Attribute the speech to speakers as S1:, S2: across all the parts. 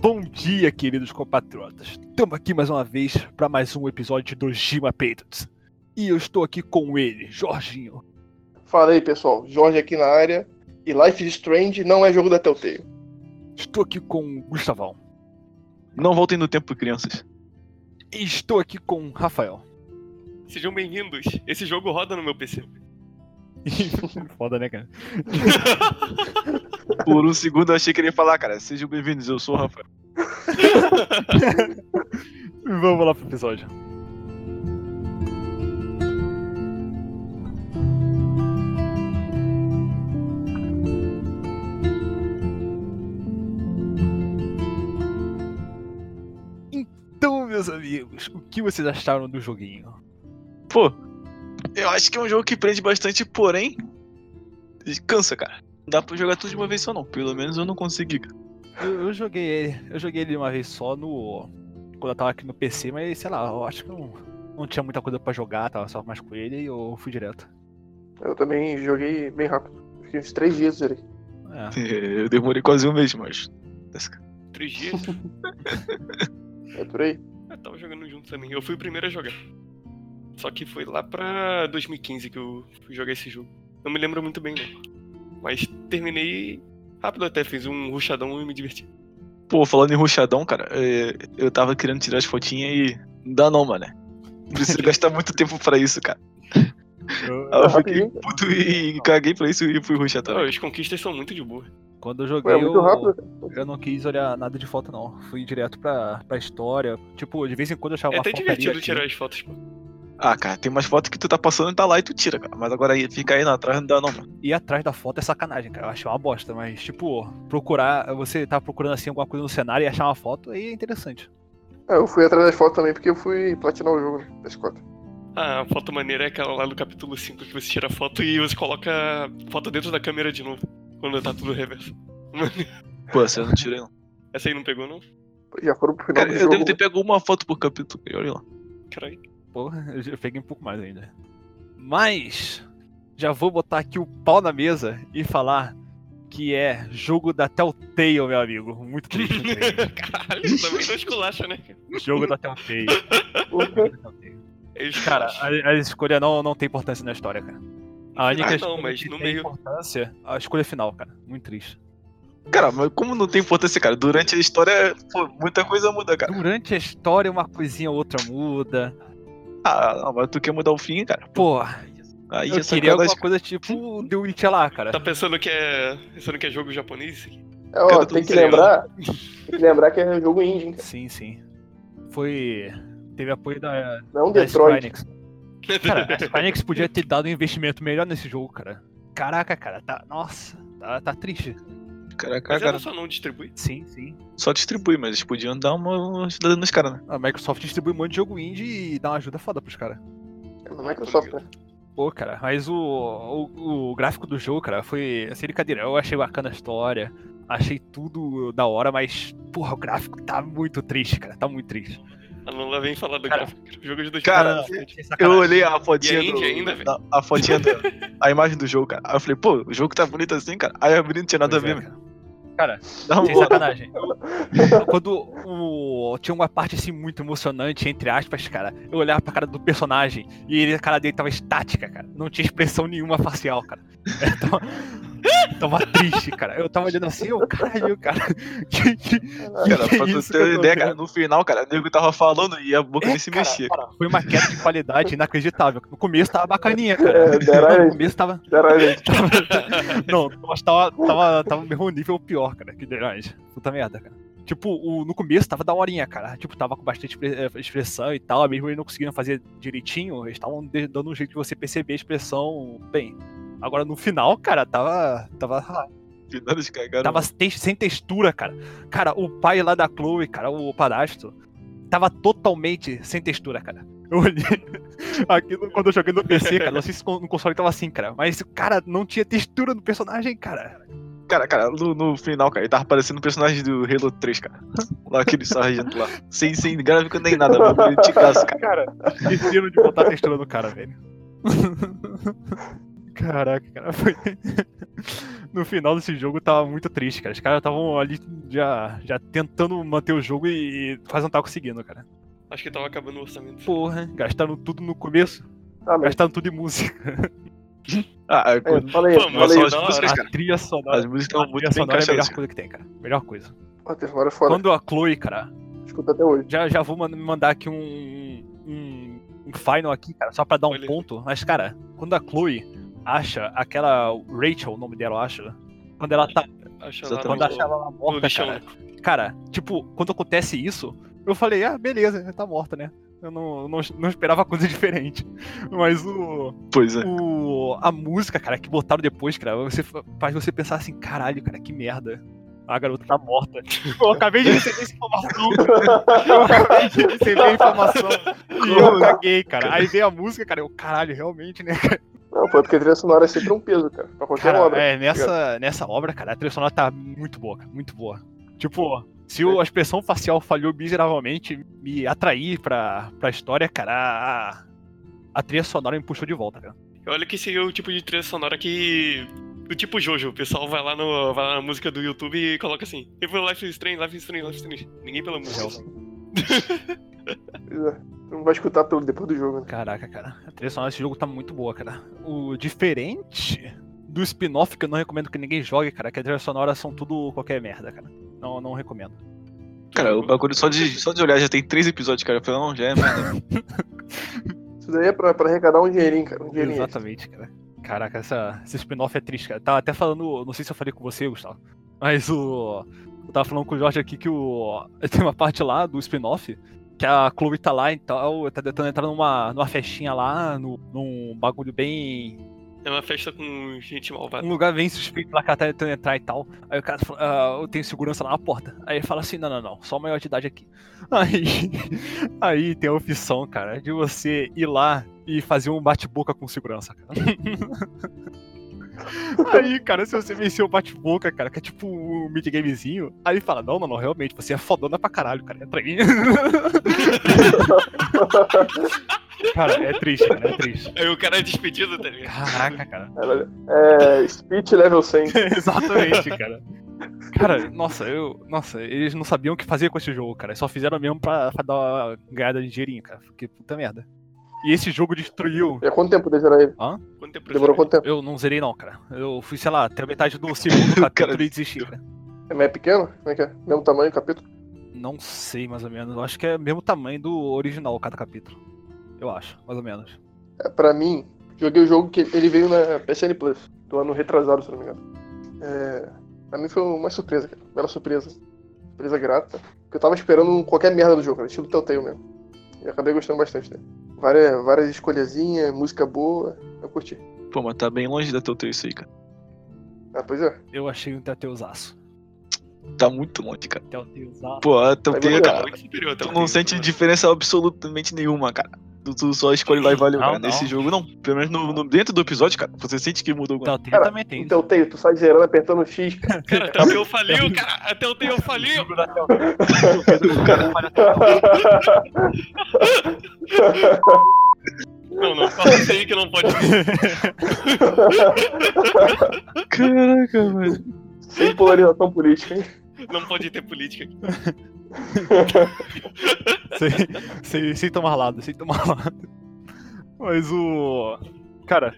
S1: Bom dia, queridos compatriotas. Estamos aqui mais uma vez para mais um episódio do Gima Patriots. E eu estou aqui com ele, Jorginho.
S2: Fala aí, pessoal. Jorge aqui na área. E Life is Strange não é jogo da Telltale.
S1: Estou aqui com o Gustavão.
S3: Não voltem no tempo, crianças.
S1: E estou aqui com o Rafael.
S4: Sejam bem-vindos. Esse jogo roda no meu PC.
S1: Foda, né, cara?
S3: Por um segundo eu achei que ele ia falar, "Ah, cara. Sejam bem-vindos, eu sou o Rafael.
S1: Vamos lá pro episódio. Então, meus amigos, o que vocês acharam do joguinho?
S3: Pô, eu acho que é um jogo que prende bastante, porém. Cansa, cara. Não Dá pra jogar tudo de uma vez só, não. Pelo menos eu não consegui, cara.
S1: Eu, eu joguei ele, eu joguei ele uma vez só no quando eu tava aqui no PC, mas sei lá, eu acho que não, não tinha muita coisa pra jogar, tava só mais com ele e eu fui direto.
S2: Eu também joguei bem rápido. Fiquei uns três dias ali.
S1: É.
S3: É, Eu demorei quase um mês, mas.
S4: Três dias.
S2: É por aí.
S4: eu tava jogando junto também. Eu fui o primeiro a jogar. Só que foi lá pra 2015 que eu fui jogar esse jogo. Não me lembro muito bem, não. Mas terminei rápido até. Fiz um ruchadão e me diverti.
S3: Pô, falando em ruxadão, cara, é, eu tava querendo tirar as fotinhas e. Não dá não, mano. Preciso gastar muito tempo pra isso, cara.
S1: Eu-
S3: Aí eu fiquei
S2: rapidinho.
S3: puto e caguei pra isso e fui ruxar
S4: Ah,
S3: também.
S4: as conquistas são muito de boa.
S1: quando eu
S2: Ué,
S1: joguei,
S2: é muito
S1: eu,
S2: rápido. cara.
S1: eu não quis olhar nada de foto, não. Fui direto pra, pra história. Tipo, de vez em quando eu achava
S4: É
S1: uma
S4: até
S1: foto ali,
S4: divertido
S1: aqui.
S4: tirar as fotos, pô.
S3: Ah, cara, tem umas fotos que tu tá passando e tá lá e tu tira, cara. Mas agora aí, ficar indo atrás não dá não, mano.
S1: ir atrás da foto é sacanagem, cara. Eu achei uma bosta, mas, tipo, procurar. Você tá procurando assim alguma coisa no cenário e achar uma foto aí é interessante.
S2: É, eu fui atrás das fotos também porque eu fui platinar o jogo, né? PS4.
S4: Ah, a foto maneira é aquela lá do capítulo 5 que você tira a foto e você coloca a foto dentro da câmera de novo. Quando tá tudo reverso.
S3: Pô, essa eu não tirei não.
S4: Essa aí não pegou, não?
S2: Já foram pro final
S3: Cara,
S2: do
S3: eu
S2: jogo.
S3: devo ter pego uma foto por capítulo, cara, olha lá.
S4: Caralho.
S1: Porra, eu já peguei um pouco mais ainda. Mas, já vou botar aqui o pau na mesa e falar que é jogo da Telltale, meu amigo. Muito triste, muito triste.
S4: Caralho, também não esculacha, né?
S1: jogo da Telltale.
S2: Porra,
S1: Jogo da Telltale.
S4: É esculacha.
S1: Cara, a, a escolha não, não tem importância na história, cara. A única
S4: Ah,
S1: escolha
S4: não, mas
S1: que
S4: no
S1: tem
S4: meio.
S1: importância, é a escolha final, cara. Muito triste.
S3: Cara, mas como não tem importância, cara? Durante a história, pô, muita coisa muda, cara.
S1: Durante a história, uma coisinha ou outra muda.
S3: Ah, não, mas tu quer mudar o fim, cara?
S1: Pô,
S3: Aí
S1: eu
S3: é
S1: queria
S3: sacanagem.
S1: alguma coisa tipo The Witcher lá, cara.
S4: Tá pensando que é. Pensando que é jogo japonês?
S2: É, ó,
S3: Cara,
S2: tem que
S4: tô entregando.
S2: lembrar. Tem que lembrar que é jogo indie, hein?
S1: Sim, sim. Foi. Teve apoio da,
S2: Não é um
S1: da Square
S2: Detroit.
S1: Enix. Cara, a Square Enix podia ter dado um investimento melhor nesse jogo, cara. Caraca, cara, tá. Nossa, tá, tá triste.
S3: Caraca,
S4: Mas
S1: é
S3: cara,
S1: um
S4: era só não distribuir?
S1: Sim, sim.
S3: só distribui, mas eles podiam dar uma ajuda nos caras, né?
S1: A Microsoft distribui um monte de jogo indie e dá uma ajuda foda pros caras.
S2: É na Microsoft, né?
S1: Pô, cara, mas o, o, o gráfico do jogo, cara, foi assim, brincadeira. Eu achei bacana a história, achei tudo da hora, mas, porra, o gráfico tá muito triste, cara, tá muito triste.
S4: A Lula vem falar do
S1: Cara.
S4: gráfico. Jogo é de 2000.
S3: Cara, Ah, Eu olhei a fotinha
S4: E a
S3: do,
S4: Indy ainda, velho?
S3: da- a fotinha da, a imagem do jogo, cara. Aí eu falei, pô, o jogo tá bonito assim, cara. Aí a menina não tinha nada a Tá ver, velho.
S1: cara. Cara,
S3: Dá uma
S1: sem
S3: olhada.
S1: sacanagem. Quando o- tinha uma parte assim muito emocionante, entre aspas, cara, eu olhava pra cara do personagem e ele, a cara dele tava estática, cara. Não tinha expressão nenhuma facial, cara. Eu tava, tava triste, cara. Eu tava olhando assim, ô caralho, cara. Que- que-
S3: Cara,
S1: Que é
S3: pra tu
S1: isso
S3: ter
S1: que eu
S3: uma
S1: tô
S3: ideia,
S1: vendo? É,
S3: cara, no final, cara, o nego tava falando e a boca nem se
S1: cara,
S3: mexia.
S1: cara, foi uma queda de qualidade inacreditável. No começo tava bacaninha, cara.
S2: É, caralho.
S1: No começo tava.
S2: Caralho,
S1: tava- não, mas tava, tava, tava no mesmo nível ou pior, cara, que Derange. Puta merda, cara. Tipo, o- no começo tava daorinha, cara. Tipo, tava com bastante expre- eh, expressão e tal. Mesmo eles não conseguindo fazer direitinho, eles estavam de- dando um jeito de você perceber a expressão bem. Agora no final, cara, tava. Tava.
S3: Final eles cagaram.
S1: Tava te- sem textura, cara. Cara, o pai lá da Chloe, cara, o padrasto, tava totalmente sem textura, cara. Eu olhei. Aqui no- quando eu joguei no PC, cara, não sei se no console tava assim, cara. Mas, cara, não tinha textura no personagem, cara.
S3: Cara, cara, no, no final, cara, ele tava parecendo o personagem do Halo 3, cara. Lá aquele sargento lá. Sem, sem gráfico nem nada, mano. Ele te caça, cara.
S1: Cara, esqueceram de botar textura no cara, velho. Caraca, cara, foi. No final desse jogo eu tava muito triste, cara. Os caras estavam ali já, já tentando manter o jogo e quase não tava conseguindo, cara.
S4: Acho que tava acabando o orçamento.
S1: Porra, gastaram tudo no começo,
S2: Tá, mas,
S1: gastaram tudo em música.
S3: Ah,
S2: é,
S3: quando...
S2: falei,
S4: Pô, mas
S2: falei,
S4: só
S3: as
S4: da hora.
S3: músicas,
S1: A
S3: cara.
S1: trilha sonora,
S3: As músicas
S1: a
S3: estão
S1: trilha
S3: muito bem
S1: sonora é a
S3: encaixadas.
S1: melhor coisa que tem, cara. Melhor coisa.
S2: a trilha sonora é foda.
S1: Quando a Chloe, cara,
S2: Escuta até hoje.
S1: já, já vou man- mandar aqui um, um, um final aqui, cara, só pra dar um
S4: Olha.
S1: ponto. Mas, cara, quando a Chloe acha aquela. Rachel, o nome dela, eu acho. Quando ela tá.
S4: Acho
S3: Exatamente.
S1: Quando achava ela
S4: Então, no
S1: morta,
S4: lixão,
S1: cara.
S4: né?
S1: Cara, tipo, quando acontece isso, eu falei, ah, beleza, já tá morta, né? Eu não, não, não esperava coisa diferente. Mas o,
S3: Pois é.
S1: o. A música, cara, que botaram depois, cara, você fa- faz você pensar assim, caralho, cara, que merda. A garota tá morta. Eu acabei de receber essa informação. Eu acabei de receber a informação. E eu caguei, cara. Aí veio a música, cara. Eu, caralho, realmente, né?
S2: Não, pô, porque a trilha sonora é sempre um peso, cara. Pra qualquer
S1: Cara,
S2: obra.
S1: é, nessa, nessa obra, cara, a trilha sonora tá muito boa, cara, muito boa. Tipo, se o- a expressão facial falhou miseravelmente, me atrair pra, pra história, cara, a, a trilha sonora me puxou de volta, cara.
S4: Olha que esse é o tipo de trilha sonora que. Do tipo Jojo, o pessoal vai lá, no, vai lá na música do YouTube e coloca assim: Eu vou Life is Strange, Life is Strange, Life is Strange. Ninguém pela música.
S2: Pois é. Tu não vai escutar pelo, depois do jogo, né?
S1: Caraca, cara, a trilha sonora desse jogo tá muito boa, cara. O diferente do spin-off que eu não recomendo que ninguém jogue, cara, é que as trilhas sonoras são tudo qualquer merda, cara. Não, não recomendo.
S3: Cara, o bagulho só de, só de olhar já tem três episódios, cara. Eu falei, não, já é merda.
S2: Isso daí é pra, pra arrecadar um dinheirinho, cara. Um dinheirinho.
S1: Exatamente, cara. Caraca, essa, esse spin-off é triste, cara. Tava até falando, não sei se eu falei com você, Gustavo, mas o. Eu tava falando com o Jorge aqui que o. Tem uma parte lá do spin-off que a Chloe tá lá e tal, tá tentando entrar numa, numa festinha lá, no, num bagulho bem
S4: É uma festa com gente malvada.
S1: um lugar bem suspeito lá que ela tá tentando entrar e tal. Aí o cara fala, ah, eu tenho segurança lá na porta. Aí ele fala assim, não, não, não, só maior de idade aqui. Aí, aí tem a opção, cara, de você ir lá e fazer um bate-boca com segurança, cara. Aí, cara, se você vencer o bate-boca, cara, que é tipo um mid-gamezinho, aí fala, não, não, não, realmente, você é fodona pra caralho, cara, entra aí. cara, é triste, cara, é triste.
S4: Aí o cara é despedido, tá ligado?
S1: Caraca, cara.
S2: Caralho. É, Speed level 100.
S1: Exatamente, cara. Cara, nossa, eu. Nossa, eles não sabiam o que fazer com esse jogo, cara. Só fizeram mesmo pra, pra dar uma ganhada de dinheirinho, cara. Porque puta merda. E esse jogo destruiu.
S2: Já quanto tempo desde aí?
S4: Quanto tempo
S2: Demorou quanto tempo?
S1: Eu não zerei, não, cara. Eu fui, sei lá, até a metade do segundo capítulo e desisti, cara.
S2: É mais pequeno? Como é que é? Mesmo tamanho, capítulo?
S1: Não sei, mais ou menos. Eu acho que é o mesmo tamanho do original, cada capítulo. Eu acho, mais ou menos.
S2: É, pra mim, joguei o jogo que ele veio na PSN Plus, do ano retrasado, se não me engano. É, pra mim foi uma surpresa, cara. Bela surpresa. Surpresa grata. Porque eu tava esperando um qualquer merda do jogo, cara. Estilo Telltale mesmo. E acabei gostando bastante dele. Várias, várias escolhazinhas, música boa. Eu curti.
S3: Pô, mas tá bem longe da Telltale isso aí, cara.
S2: Ah, pois é.
S1: Eu achei um Teteusaço.
S3: Tá muito longe, cara.
S1: Teteusaço.
S3: Pô, a
S2: Tá
S3: Telltale,
S2: bem
S3: cara,
S4: Muito superior,
S3: tu
S4: tá?
S3: não sente diferença absolutamente nenhuma, cara. Tu, tu só escolhe lá e valeu,
S1: Não,
S3: cara.
S1: não.
S3: Nesse jogo, não. Pelo menos no, no- dentro do episódio, cara, você sente que mudou alguma
S1: Telltale
S2: Cara,
S1: também tem.
S2: O Telltale, Então, tu sai zerando apertando X, cara.
S4: Cara, até o teu faliu, cara. Até o teu faliu. Não, não, corta isso aí que não pode.
S3: coisa. Caraca, velho.
S2: Sem polarização política, hein?
S4: Não pode ter política aqui.
S1: sem, sem, sem tomar lado, sem tomar lado. Mas o. Cara,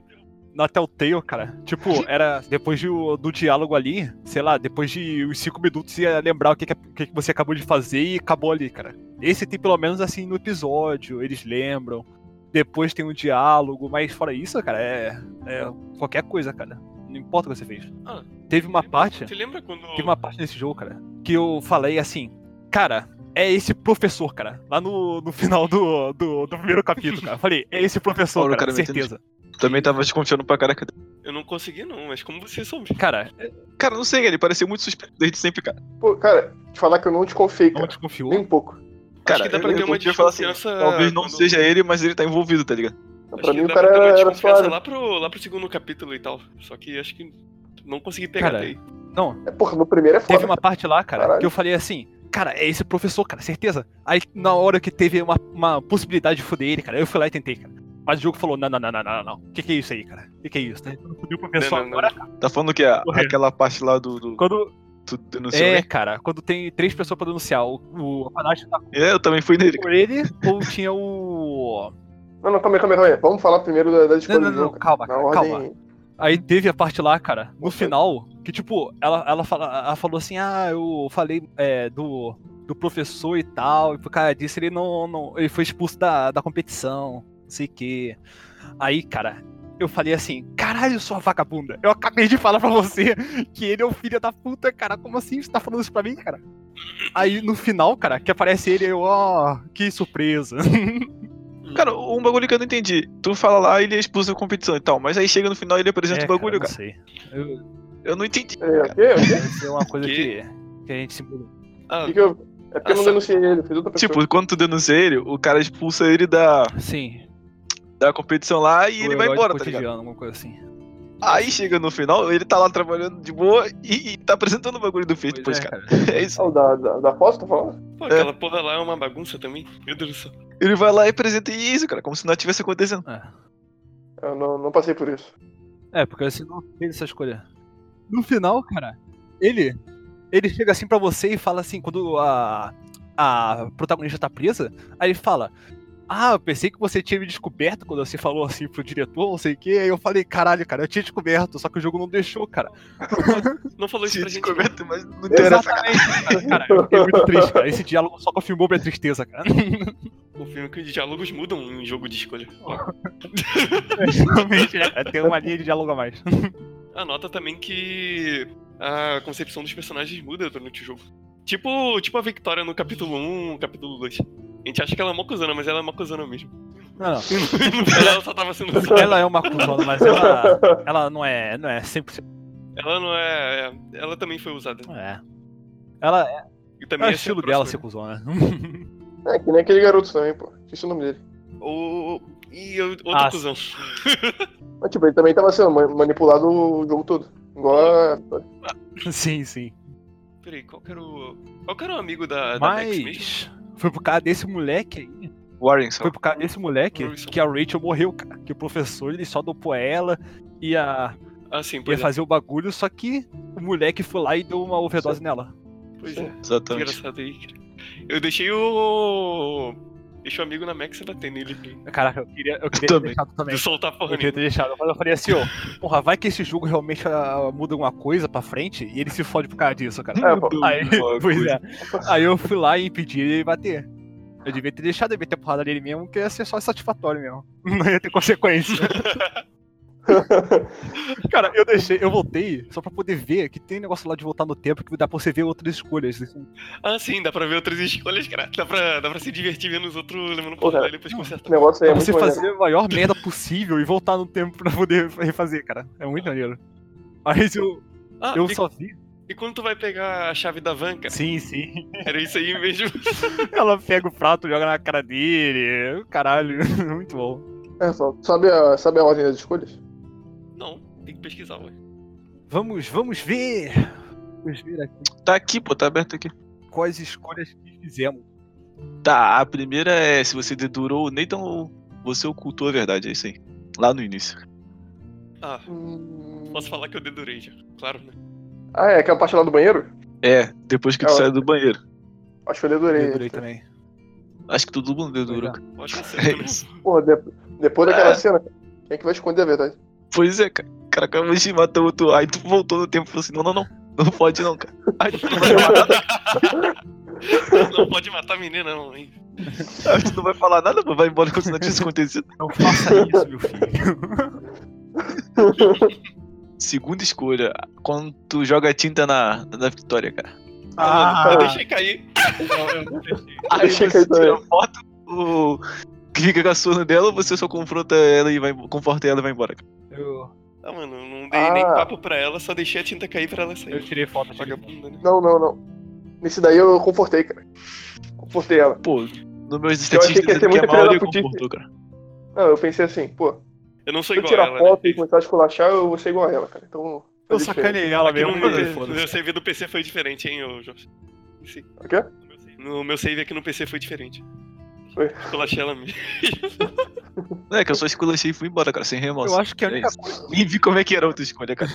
S1: na Telltale, cara, tipo, era depois de o- do diálogo ali, sei lá, depois de uns 5 minutos ia lembrar o que, que, o que que você acabou de fazer e acabou ali, cara. Esse tem pelo menos assim no episódio, eles lembram. Depois tem um diálogo, mas fora isso, cara, é, é qualquer coisa, cara. Não importa o que você fez.
S4: Ah,
S1: Teve uma parte.
S4: Você lembra quando.
S1: Tem uma parte nesse jogo, cara, que eu falei assim, cara, é esse professor, cara. Lá no, no final do, do, do primeiro capítulo, cara. Eu Falei, é esse professor,
S3: Olha o
S1: cara,
S3: cara metendo
S1: certeza.
S3: Também tava desconfiando pra caraca.
S4: Eu não consegui, não, mas como você soube?
S1: Cara,
S3: Cara, não sei, ele pareceu muito suspeito desde sempre, cara.
S2: Pô, cara, te falar que eu não desconfiei,
S1: não
S2: cara. Nem
S1: desconfiou.
S2: um pouco.
S3: Cara,
S4: Acho que dá pra
S3: eu-
S4: ter
S3: eu
S4: uma
S3: podia falar assim,
S4: desconfiança.
S3: talvez não
S4: quando-
S3: seja ele, mas ele tá envolvido, tá ligado?
S4: Acho
S2: pra
S4: que
S2: mim o
S4: dá
S2: cara
S4: ter uma
S2: era, era
S4: desconfiança
S2: suave.
S4: lá pro, lá pro segundo capítulo e tal. Só que acho que não consegui pegar
S1: Cara,
S4: até aí.
S1: Não,
S2: É, porra, no primeiro é foda.
S1: teve uma parte lá, cara,
S2: Caralho.
S1: que eu falei assim, cara, é esse professor, cara, certeza. Aí na hora que teve uma, uma possibilidade de foder ele, cara, eu fui lá e tentei, cara. Mas o jogo falou: não, não, não, não, não, não. O que, que é isso aí, cara? O que, que é isso? Tá tentando foder o professor
S4: Não, não, não.
S1: agora, cara.
S3: Tá falando que é
S1: Correto.
S3: aquela parte lá do. do
S1: Quando,
S3: tu denunciou,
S1: é,
S3: né?
S1: cara, quando tem três pessoas pra denunciar, o, o Apanácio tá
S3: É, eu também fui nele.
S1: com ele ou tinha o.
S2: Não, não, calma aí, calma aí, calma aí. Vamos falar primeiro da, da escolha
S1: Não, não,
S2: do
S1: não,
S2: jogo.
S1: calma,
S2: Tipo, Na
S1: cara,
S2: ordem.
S1: calma. Aí teve a parte lá, cara, no
S2: Ok.
S1: final, que tipo, ela, ela, fala, ela falou assim, ah, eu falei é, do, do professor e tal, e por causa disso ele não. não ele foi expulso da, da competição, não sei o quê. Aí, cara, eu falei assim, caralho, sua vagabunda, eu acabei de falar pra você que ele é o filho da puta, cara. Como assim você tá falando isso pra mim, cara? Aí no final, cara, que aparece ele, eu, ó, que surpresa.
S3: Cara, um bagulho que eu não entendi. Tu fala lá, ele é expulso da competição e tal, mas aí chega no final ele apresenta o bagulho, cara.
S1: É, cara. não sei. Eu-
S3: Eu não entendi.
S2: É, o quê?
S1: Isso é uma coisa
S4: Que-
S1: que, que a gente se mudou.
S4: Ah,
S2: O que que eu- É porque eu não
S4: Essa-
S2: denunciei ele, fiz outra pessoa.
S3: Tipo, quando tu denuncia ele, o cara expulsa ele da,
S1: Sim.
S3: da competição lá e
S1: o
S3: ele vai
S1: herói do
S3: embora, tá
S1: cotidiano,
S3: ligado?
S1: Alguma coisa assim.
S3: Aí chega no final, ele tá lá trabalhando de boa e, e tá apresentando o bagulho do feito depois,
S1: Pois é,
S3: cara.
S1: cara.
S3: É isso.
S2: Ah, o da, da, da Foz, tá falando?
S4: pô, aquela porra lá é uma bagunça também. Meu Deus do céu.
S3: Ele vai lá e apresenta isso, cara, como se nada tivesse acontecendo.
S2: Eu não, não passei por isso.
S1: É, porque assim não fez essa escolha. No final, cara, ele ele chega assim pra você e fala assim, quando a, a protagonista tá presa, aí ele fala: Ah, eu pensei que você tinha me descoberto quando você falou assim pro diretor, não sei o quê. Aí eu falei: Caralho, cara, eu tinha descoberto, só que o jogo não deixou, cara.
S4: Não falou isso
S3: Tinha
S4: pra gente.
S3: descoberto,
S4: não.
S3: mas não interessa.
S1: Exatamente, cara. Eu fiquei É muito triste, cara. Esse diálogo só confirmou minha tristeza, cara.
S4: O filme é que os diálogos mudam em jogo de escolha.
S1: Realmente, né, cara? Tem uma linha de diálogo a mais.
S4: Ah, Anota também que a concepção dos personagens muda durante o jogo. Tipo, tipo a Victoria no capítulo 1, capítulo 2. A gente acha que ela é uma cuzona, mas ela é uma cuzona mesmo.
S1: Não, não.
S4: No final, ela só tava sendo usada.
S1: Ela é uma cuzona, mas ela, ela não é, não é 100%.
S4: Ela não é. é, Ela também foi usada.
S1: É. Ela é,
S4: E
S1: é
S4: também
S1: o
S4: ia ser a
S1: estilo dela ser
S4: próxima.
S1: cuzona.
S2: É, que nem aquele garoto também, pô. Esqueci o nome dele.
S4: Ou. E eu- outro
S1: Ah,
S4: cuzão.
S2: Mas, tipo, ele também tava sendo ma- manipulado o jogo todo. Igual a...
S1: Sim, sim.
S4: Peraí, qual que era o. Qual que era o amigo da, da Max mesmo?
S1: Mas foi por causa desse moleque aí.
S3: Warren, só.
S1: Foi por causa desse moleque
S4: Wilson.
S1: que a Rachel morreu, cara. Que o professor ele só dopou ela ia,
S4: Ah, sim,
S1: ia
S4: pois é.
S1: fazer o bagulho, só que o moleque foi lá e deu uma overdose nela.
S4: Pois é.
S3: Exatamente.
S4: Engraçado aí. cara. Eu deixei o. Deixei o amigo na Max bater nele.
S1: Caraca, eu queria, eu queria ter
S3: também.
S1: deixado também.
S4: De soltar
S1: Eu
S4: porra
S1: queria
S4: nenhuma.
S1: ter deixado, mas eu falei assim, ó, porra, vai que esse jogo realmente ah, muda alguma coisa pra frente e ele se fode por causa disso, cara.
S2: É, pô.
S1: Aí,
S3: Mudou
S1: pois
S3: alguma
S1: é. Aí eu fui lá e impedi ele de bater. Eu devia ter deixado ele meter a porrada nele mesmo, que ia ser só satisfatório mesmo. Não ia ter consequência. Cara, eu deixei, eu voltei só pra poder ver que tem um negócio lá de voltar no tempo que dá pra você ver outras escolhas. assim.
S4: Ah, sim, dá pra ver outras escolhas, cara. Dá pra, dá pra se divertir vendo os outros levando
S2: Pô,
S4: porra
S2: cara.
S4: dele depois consertar.
S2: O negócio
S1: Pra
S2: aí é muito
S1: você
S2: maneiro.
S1: fazer a maior merda possível e voltar no tempo pra poder refazer, cara. É muito maneiro. Mas eu,
S4: Ah,
S1: eu
S4: e,
S1: só vi.
S4: e quando tu vai pegar a chave da van, cara?
S1: Sim, sim.
S4: Era isso aí mesmo.
S1: Ela pega o prato, joga na cara dele. Caralho, muito bom.
S2: É, só, sabe, a, sabe a ordem das escolhas?
S4: Não, tem que pesquisar, ué.
S1: Vamos, vamos ver. Vamos ver aqui
S3: Tá aqui, pô, tá aberto aqui.
S1: quais escolhas que fizemos.
S3: Tá, a primeira é se você dedurou o Nathan ou você ocultou a verdade, é isso aí. Lá no início.
S4: Ah,
S2: Hum...
S4: posso falar que eu dedurei já. Claro, né?
S2: Ah, é aquela parte lá do banheiro?
S3: É, depois que tu
S2: É, ó.
S3: sai do banheiro.
S2: Acho que eu adorei.
S1: Dedurei também.
S3: Acho que todo mundo dedurou. cara.
S4: Pode ser,
S3: É
S4: né?
S3: isso.
S2: Pô, de- depois daquela
S3: É.
S2: cena, quem é que vai esconder a verdade?
S3: Pois é, cara. O cara acabou de matar o outro. Aí tu voltou no tempo e falou assim: não, não, não. Não pode não, cara. Aí tu não vai falar nada,
S4: Não pode matar a menina, não, hein?
S3: aí tu não vai falar nada, pô. Vai embora como se não tivesse acontecido.
S1: Não faça isso, meu filho.
S3: Segunda escolha, quando tu joga tinta na, na Vitória, cara.
S1: Ah.
S4: Eu deixei cair. Eu, eu deixei.
S3: Aí
S2: Achei
S3: você
S2: que ele
S3: tira a foto, o... fica com a surna dela, você só confronta ela e vai conforta ela e vai embora. cara.
S1: Eu,
S4: Ah, mano, eu não dei nem
S2: Ah.
S4: papo pra ela, só deixei a tinta cair pra ela
S1: eu
S4: sair.
S1: tirei foto. Tirei foto.
S4: Vagabunda, né?
S2: Não, não, não. Nesse daí eu confortei, cara. Confortei ela.
S3: Pô, no meus
S2: Eu achei
S3: estatísticas
S2: que ia ser
S3: dizendo que,
S2: muito
S3: a maioria
S2: filha da
S3: confortou, cara.
S2: Não, eu pensei assim, pô,
S4: Eu não sou
S2: se eu
S4: igual
S2: tirar
S4: a ela.
S2: foto
S4: né?
S2: e começar a esculachar, eu vou ser igual a ela, cara. Então.
S1: Eu
S2: fazer diferente.
S1: sacanei ela
S4: Aqui
S1: mesmo,
S4: no
S1: mas
S4: meu, no meu
S1: foda-se.
S4: save do PC foi diferente, hein, ô Jorge?
S2: O quê?
S4: No meu save aqui no PC foi diferente. Esculachei ela mesmo.
S3: Não é que eu só esculachei e fui embora, cara, sem
S1: Eu
S3: remorso.
S1: acho que a
S3: é
S1: única,
S3: isso. Nem vi como é que era a outra escolha, cara.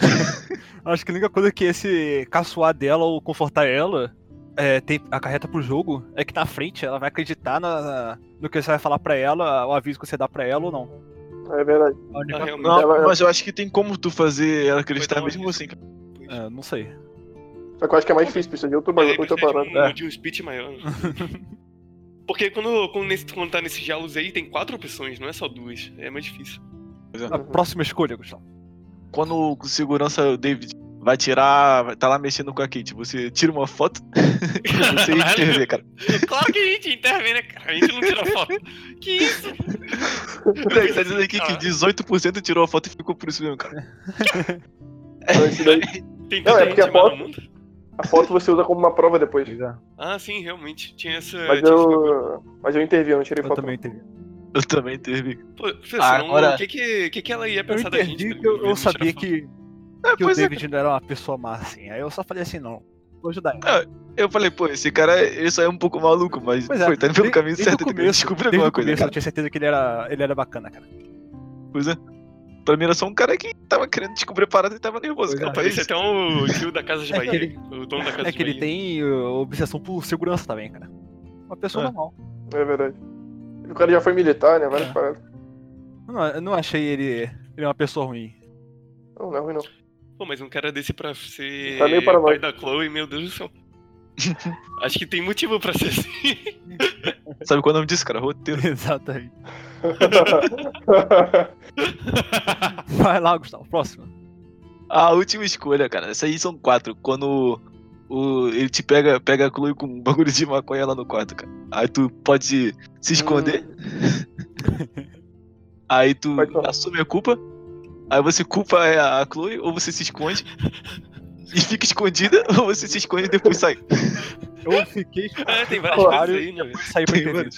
S1: acho que a única coisa que esse caçoar dela ou confortar ela é, tem, acarreta pro jogo é que na frente ela vai acreditar na- na- no que você vai falar pra ela, o aviso que você dá pra ela ou não.
S2: É verdade.
S1: A única-
S4: Ah, realmente.
S3: Não,
S2: Ela-
S3: mas eu acho que tem como tu fazer ela acreditar
S4: Foi da
S3: mesmo
S4: onde?
S3: assim, cara.
S1: é, não sei.
S2: Só que eu acho que é mais difícil, precisa de outro
S4: Mas aí
S2: outra
S4: precisa
S2: parada.
S4: de um, de um speech maior. né? Porque quando, quando, nesse, quando tá nesses diálogos aí, tem quatro opções, não é só duas. É mais difícil.
S1: A próxima escolha, Gustavo.
S3: Quando o segurança, o David, vai tirar, vai tá lá mexendo com a Kate, você tira uma foto, você intervê, cara.
S4: Claro que a gente intervém, né, cara? A gente não tira foto. Que isso?
S3: Ele tá dizendo aqui que 18% tirou a foto e ficou por isso mesmo, cara.
S2: Então, isso daí-
S4: Tem
S2: Não,
S4: tanta
S2: é porque
S4: gente
S2: a
S4: má
S2: foto-
S4: no mundo?
S2: a foto você usa como uma prova depois.
S4: Ah, sim, realmente. Tinha essa.
S2: Mas
S4: tinha esse bagulho.
S2: eu. Mas eu intervi, eu não tirei
S1: Eu
S2: foto.
S1: também entendi.
S3: Eu também intervi.
S4: Pô, professor,
S3: Ah, agora-
S4: o que que, o que que ela ia
S1: Eu
S4: pensar da gente?
S1: entendi
S4: tá
S1: que eu,
S4: ligado?
S1: eu
S4: Não tirar
S1: sabia
S4: foto.
S1: que,
S3: É,
S1: que o
S3: pois é,
S1: David não era uma pessoa má assim. Aí eu só falei assim, não. Vou ajudar ele.
S3: Eu falei, pô, esse cara, ele só é um pouco maluco, mas
S1: Pois é,
S3: foi, tá indo pelo
S1: desde-
S3: caminho
S1: desde o
S3: certo, tá ligado?
S1: começo,
S3: descobri
S1: Desde
S3: alguma
S1: o
S3: coisa,
S1: começo eu
S3: cara.
S1: tinha certeza que ele era, ele era bacana, cara.
S3: Pois é. Pra mim era só um cara que tava querendo descobrir a parada e tava nervoso,
S1: Pois
S3: cara.
S1: é.
S3: pra
S4: Parece
S3: isso.
S4: até o tio da Casa de
S1: É
S4: Bahia.
S1: que ele-
S4: O dono da Casa
S1: É
S4: de
S1: que ele
S4: Bahia.
S1: tem uh, obsessão por segurança também, cara. Uma pessoa
S3: É.
S1: normal.
S2: É verdade. O cara já foi militar, né? Várias
S1: É.
S2: paradas.
S1: Eu não, eu não achei ele, ele é uma pessoa ruim.
S2: Não, não é ruim não.
S4: Pô, mas um cara desse pra ser
S2: Tá meio
S4: pai
S2: paranoico.
S4: da Chloe, meu Deus do céu. Acho que tem motivo pra ser assim.
S1: um-
S3: Sabe qual é o nome disso, cara? Roteiro.
S1: Exatamente. Vai lá, Gustavo. Próximo.
S3: A última escolha, cara. Essa aí são quatro. Quando o, ele te pega, pega a Chloe com um bagulho de maconha lá no quarto, cara. Aí tu pode se esconder,
S1: Hum.
S3: aí tu
S2: Pode falar.
S3: assume a culpa, aí você culpa a a Chloe ou você se esconde. E fica escondida, ou você se esconde e depois sai.
S1: Eu fiquei
S4: É, tem várias
S1: Claro.
S4: coisas aí, né? velho?
S1: saí pra entender.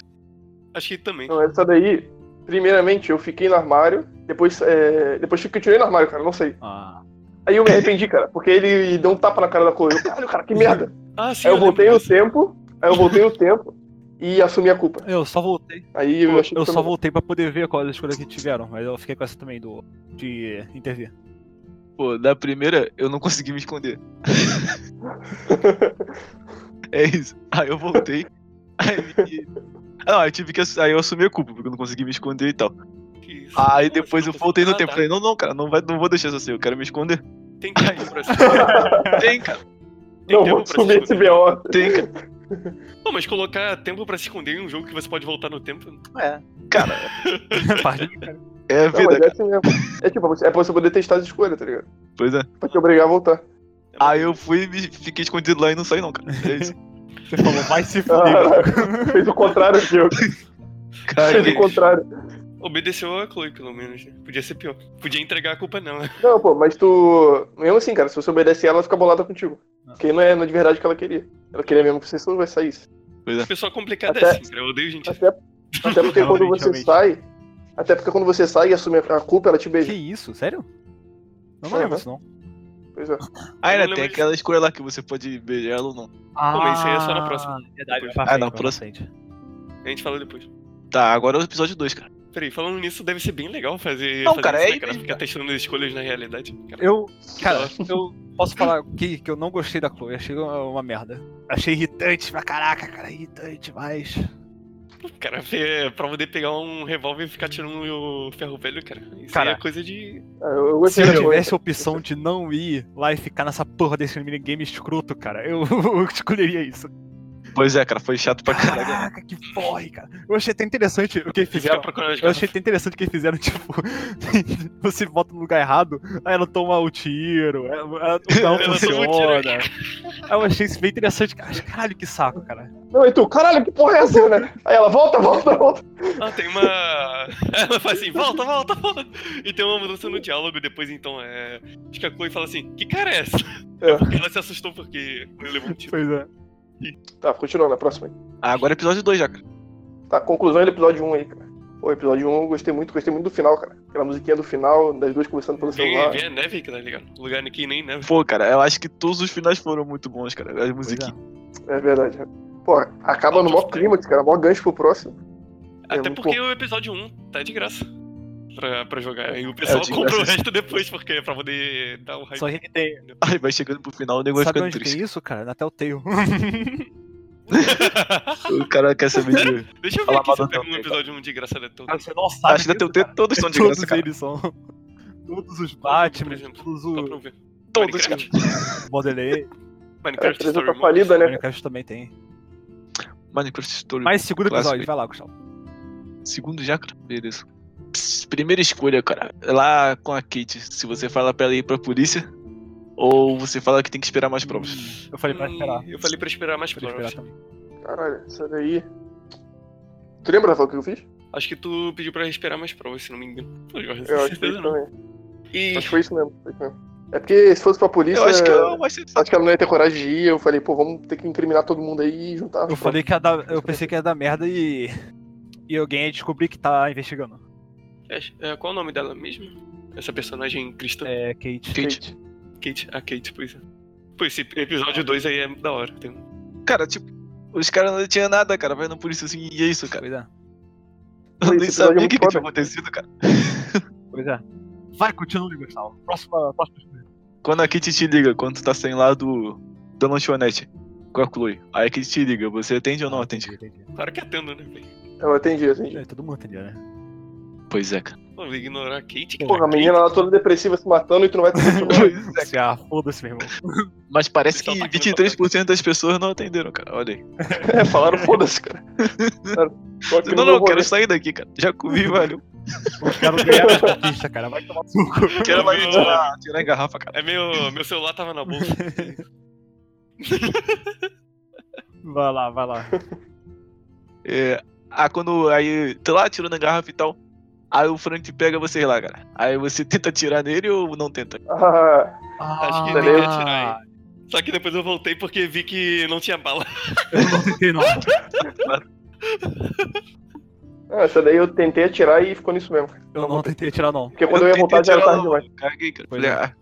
S4: Acho que também.
S2: Não, essa daí, primeiramente, eu fiquei no armário. Depois, é, depois que eu tirei no armário, cara, não sei.
S1: Ah,
S2: Aí eu me arrependi, cara, porque ele deu um tapa na cara da Chloe. Eu, Caralho, cara, que merda.
S4: Ah, sim.
S2: Aí eu
S4: lembro
S2: voltei o
S4: disso.
S2: tempo, aí eu voltei o tempo e assumi a culpa.
S1: eu só voltei.
S2: Aí eu achei que
S1: Eu
S2: foi
S1: só
S2: muito-
S1: voltei pra poder ver quais as escolhas que tiveram, mas eu fiquei com essa também do de intervir.
S3: Pô, da primeira eu não consegui me esconder. é isso. Aí eu voltei. Aí. Ah, Não, eu tive que. ass- Aí eu assumi a culpa, porque eu não consegui me esconder e tal.
S4: Que isso.
S3: Aí
S4: Como
S3: Ah, depois
S4: assim,
S3: eu
S4: não
S3: voltei no
S4: consegui?
S3: tempo.
S4: Ah,
S3: Falei, não, não, cara, não, vai, não vou deixar isso assim, eu quero me esconder.
S4: tá. Tem tempo pra ser.
S3: Tem, cara,
S4: Tem
S2: Não,
S4: tempo
S2: vou
S4: pra
S2: assumir
S4: se
S2: esse BO.
S3: tem, cara.
S4: Não, mas colocar tempo pra se esconder em um jogo que você pode voltar no tempo.
S1: É.
S3: Cara,
S1: Parte de- cara.
S3: é a
S2: Não, mas
S3: vida,
S2: é
S3: cara.
S2: assim mesmo. É tipo, é pra você poder testar as escolhas, tá ligado?
S3: Pois é.
S2: Pra te obrigar a voltar.
S3: Aí eu fui e me- fiquei escondido lá e não saí, não, cara. É isso.
S1: Você falou, vai se fuder.
S2: Ah, fez o contrário, Diego.
S3: Tá
S2: Fez o
S3: Cara,
S2: contrário.
S4: Obedeceu a Chloe, pelo menos. né? Podia ser pior. Podia entregar a culpa, não.
S2: Não, pô, mas tu. Mesmo assim, cara, se você obedece ela, ela fica bolada contigo. Porque não é não é de verdade o que ela queria. Ela queria mesmo que você só vai sair.
S4: Pessoa complicada é
S2: Até-
S4: assim, cara. Eu odeio gente. assim.
S2: Até, até porque quando
S1: Realmente,
S2: você
S1: realmente.
S2: sai. Até porque quando você sai e assume a culpa, ela te
S1: Que
S2: beija.
S1: isso? Sério? Eu não lembro
S2: Ah, Aham.
S1: isso, não.
S2: Pois é.
S3: aí
S4: Eu
S3: né,
S4: não
S3: tem
S4: lembro
S3: aquela escolha lá que você pode beijar ela ou não.
S1: Ah,
S4: mas isso aí é só na próxima.
S1: Verdade,
S4: Depois.
S1: pra
S3: Ah,
S1: frente,
S3: na
S1: pra
S3: próxima.
S1: frente.
S4: A gente fala depois.
S3: Tá, agora é o episódio 2, cara.
S4: Peraí, falando nisso, deve ser bem legal fazer,
S3: Não,
S4: fazer
S3: cara,
S4: isso,
S3: é
S4: né, cara?
S3: isso,
S4: Ficar testando as escolhas na realidade. Cara,
S1: Eu, cara, eu posso falar que, que eu não gostei da Chloe, achei uma, uma merda. Achei irritante pra caraca, cara, irritante demais.
S4: cara fe- pra poder pegar um revólver e ficar tirando o ferro velho, cara. Isso
S1: Cara.
S4: aí é coisa de.
S2: Ah, Eu, eu
S1: Se
S2: gostei
S1: eu
S2: da coisa.
S1: tivesse a opção de não ir lá e ficar nessa porra desse minigame escroto, cara, eu, eu escolheria isso.
S3: Pois é, cara, foi chato pra caralho.
S1: Caraca, que porra, cara. Eu achei até interessante o que eles
S4: Fizeram
S1: fizeram.
S4: pra coragem,
S1: Eu
S4: cara.
S1: achei até interessante o que eles fizeram, tipo, você bota no lugar errado, aí ela toma o tiro, ela, ela não
S4: Ela toma o
S1: funciona.
S4: tiro.
S1: Aí eu achei isso bem interessante, cara. Caralho, que saco, cara.
S2: Não, e tu, caralho, que porra é essa, né? Aí ela, volta, volta, volta.
S4: Ah, tem uma. Ela faz assim, volta, volta, volta. E tem uma mudança no diálogo depois, então. É... Acho que a Chloe fala assim: que cara é essa?
S2: É.
S4: Porque ela se assustou porque ele levou um tiro.
S1: Pois é.
S2: Tá, continua na próxima aí.
S3: Ah, agora é episódio 2 já, cara.
S2: Tá, conclusão do episódio 1 aí, cara. Pô, episódio 1 eu gostei muito, gostei muito do final, cara. Aquela musiquinha do final, das duas conversando pelo
S4: Vem,
S2: celular.
S4: vem a neve, tá ligado? Lugar que nem neve.
S3: Pô, cara, eu acho que todos os finais foram muito bons, cara. As
S1: Pois é.
S3: musiquinhas.
S2: É verdade. Pô, acaba no maior clímax, cara. Maior gancho pro próximo.
S4: Até
S2: muito
S4: porque o episódio 1 tá de graça pra, pra jogar. E o
S3: É,
S4: pessoal
S3: de
S4: compra o
S3: graça.
S4: resto depois, porque é pra poder dar um hype.
S1: Só que tem.
S3: Aí vai chegando pro final o negócio
S1: Sabe
S3: ficando
S1: onde é
S3: triste.
S1: tem isso, cara? Na Telltale.
S3: O cara quer saber de.
S4: Deixa eu ver
S3: Fala
S4: aqui se
S3: mal do
S4: eu pego um
S3: Telltale.
S4: episódio 1 de graça da Telltale.
S1: Cara, você não sabe.
S3: Acho que até
S1: disso,
S3: o tempo todos são de graça,
S1: Todos
S3: cara.
S1: eles são. Todos os Batman,
S4: exemplo.
S1: todos
S4: Só pra um-
S1: os
S4: eu ver.
S3: Todos, cara.
S4: Minecraft.
S1: Borderlands,
S2: É, a
S4: Minecraft
S2: 3
S4: Story
S2: tá
S4: Mode.
S2: falida, né?
S1: Minecraft também tem.
S3: Minecraft Story.
S1: Mas segundo
S3: Clássico.
S1: episódio, vai lá, Gustavo.
S3: Segundo já, cara. Beleza. Pss, Primeira escolha, cara. É Lá com a Kate. Se você fala pra ela ir pra polícia, ou você fala que tem que esperar mais provas.
S1: Eu falei pra esperar.
S4: Hum, Eu falei pra esperar mais
S1: Pra
S4: provas.
S1: esperar também.
S2: Caralho, essa daí. Tu lembra, Rafael, o que eu fiz?
S4: Acho que tu pediu pra esperar mais provas, se não me engano. Pô, Jorge,
S2: Eu
S4: com
S2: acho que foi
S4: certeza
S2: isso
S4: não.
S2: também.
S4: E
S2: Acho que foi isso mesmo. foi isso mesmo. É porque se fosse pra polícia.
S3: Eu acho que eu mais sensato.
S2: acho que ela não ia ter coragem de ir. Eu falei, pô, vamos ter que incriminar todo mundo aí e juntar.
S1: Eu falei que ia dar. Eu pensei que ia dar merda e. E alguém ia descobrir que tá investigando.
S4: é, é, qual o nome dela mesmo? Essa personagem cristã?
S1: É, Kate.
S3: Kate.
S2: Kate.
S4: Kate. A Kate, pois é. Pô, esse episódio 2 aí é da hora. Tem um-
S3: Cara, tipo, os caras não tinham nada, cara. Vai na polícia assim e é isso, cara.
S1: Pois é.
S3: Eu
S2: Esse episódio
S3: nem
S2: é
S3: sabia o
S2: muito
S3: que, que tinha
S2: foda.
S3: acontecido, cara.
S1: Pois é. Vai, continua, Gustavo. Próxima, próxima escolha.
S3: Quando a Kate te liga, quando tu tá saindo lá do. da lanchonete com a Chloe. Aí a Kate te liga, você atende ou não atende?
S1: Ah, entendi.
S4: Claro que atendo, né, velho?
S2: Eu atendi, atendi.
S1: É, todo mundo entendeu, né?
S3: Pois é, cara.
S4: Pô, eu vou ignorar a Kate. que
S2: Porra, a
S4: Kate-
S2: menina lá toda depressiva se matando e tu não vai ter
S3: Pois é, cara.
S1: Você, ah, foda-se, meu irmão.
S3: Mas parece que
S4: Pessoal tá aqui no
S3: 23% das pessoas não atenderam, cara. Olha aí.
S2: É, falaram, foda-se, cara. Cara, tô aqui no
S3: Não,
S2: meu
S3: não, quero
S2: rolê.
S3: sair daqui, cara. Já comi, valeu.
S1: Os caras ganharam a conquista, cara. Vai tomar suco.
S3: Quero mais
S4: Meu-
S3: tirar, tirar a garrafa, cara.
S4: É meu, meu celular tava na bolsa.
S1: Vai lá, vai lá.
S3: É, ah, quando. Aí, tá lá tirando a garrafa e tal. Aí o Frank pega você lá, cara. Aí você tenta atirar nele ou não tenta?
S2: Ah,
S4: Acho que
S1: Ah,
S4: nem ia tirar Só que depois eu voltei porque vi que não tinha bala.
S1: Eu não tentei, não.
S2: ah, essa daí eu tentei atirar e ficou nisso mesmo.
S1: Eu não tentei tirar, não.
S2: Porque quando eu, ia
S3: tentei
S2: voltar já era
S3: atirar
S2: tarde
S3: logo,
S2: demais.
S3: Caguei, cara.
S1: Pois
S3: Falei, ah,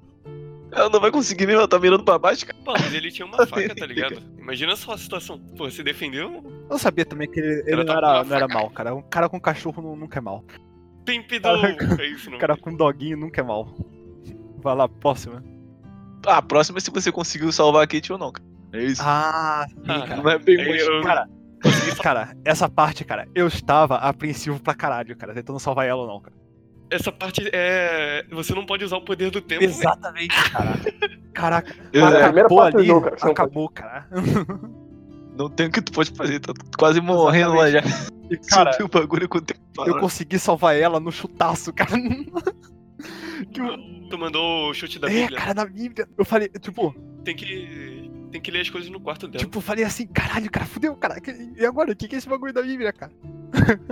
S3: ela não vai conseguir mesmo, ela tá mirando pra baixo, cara.
S4: Pô, mas ele tinha uma faca, tá ligado? Imagina só a situação. Pô, se defendeu?
S1: Eu sabia também que ele, ele não,
S4: Ela tá
S1: era,
S4: com
S1: não era
S4: faca.
S1: mal, cara. Um cara com cachorro nu- nunca é mal.
S4: Pimpidou!
S1: Caraca.
S4: É isso, não.
S1: Um cara com doguinho nunca é mal. Vai lá, próxima.
S3: Ah, a próxima é se você conseguiu salvar a Kate ou não, cara. É isso.
S1: Ah, sim,
S4: Ah,
S1: cara.
S3: não é bem
S4: É,
S3: muito.
S4: eu-
S1: Cara, cara, essa parte, cara, eu estava apreensivo pra caralho, cara, tentando salvar ela ou não, cara.
S4: Essa parte é. Você não pode usar o poder do tempo. né?
S1: Exatamente, cara. Caraca,
S3: Eu-
S2: Cara,
S3: é,
S2: primeira
S1: acabou
S2: parte do
S1: ali,
S2: jogo, cara, você não
S1: acabou, cara.
S3: não tem o que tu pode fazer, tá quase morrendo lá já.
S1: E, cara,
S3: Subiu o bagulho com o tempo.
S1: eu consegui salvar ela no chutaço, cara. Que-
S4: né? Tu mandou o chute da
S1: É,
S4: Bíblia.
S1: cara, na Bíblia. Eu falei, tipo,
S4: Tem que. Tem que ler as coisas no quarto dela.
S1: tipo, eu falei assim, caralho, cara, fudeu, cara. que- E agora, o que, que é esse bagulho da Bíblia, cara?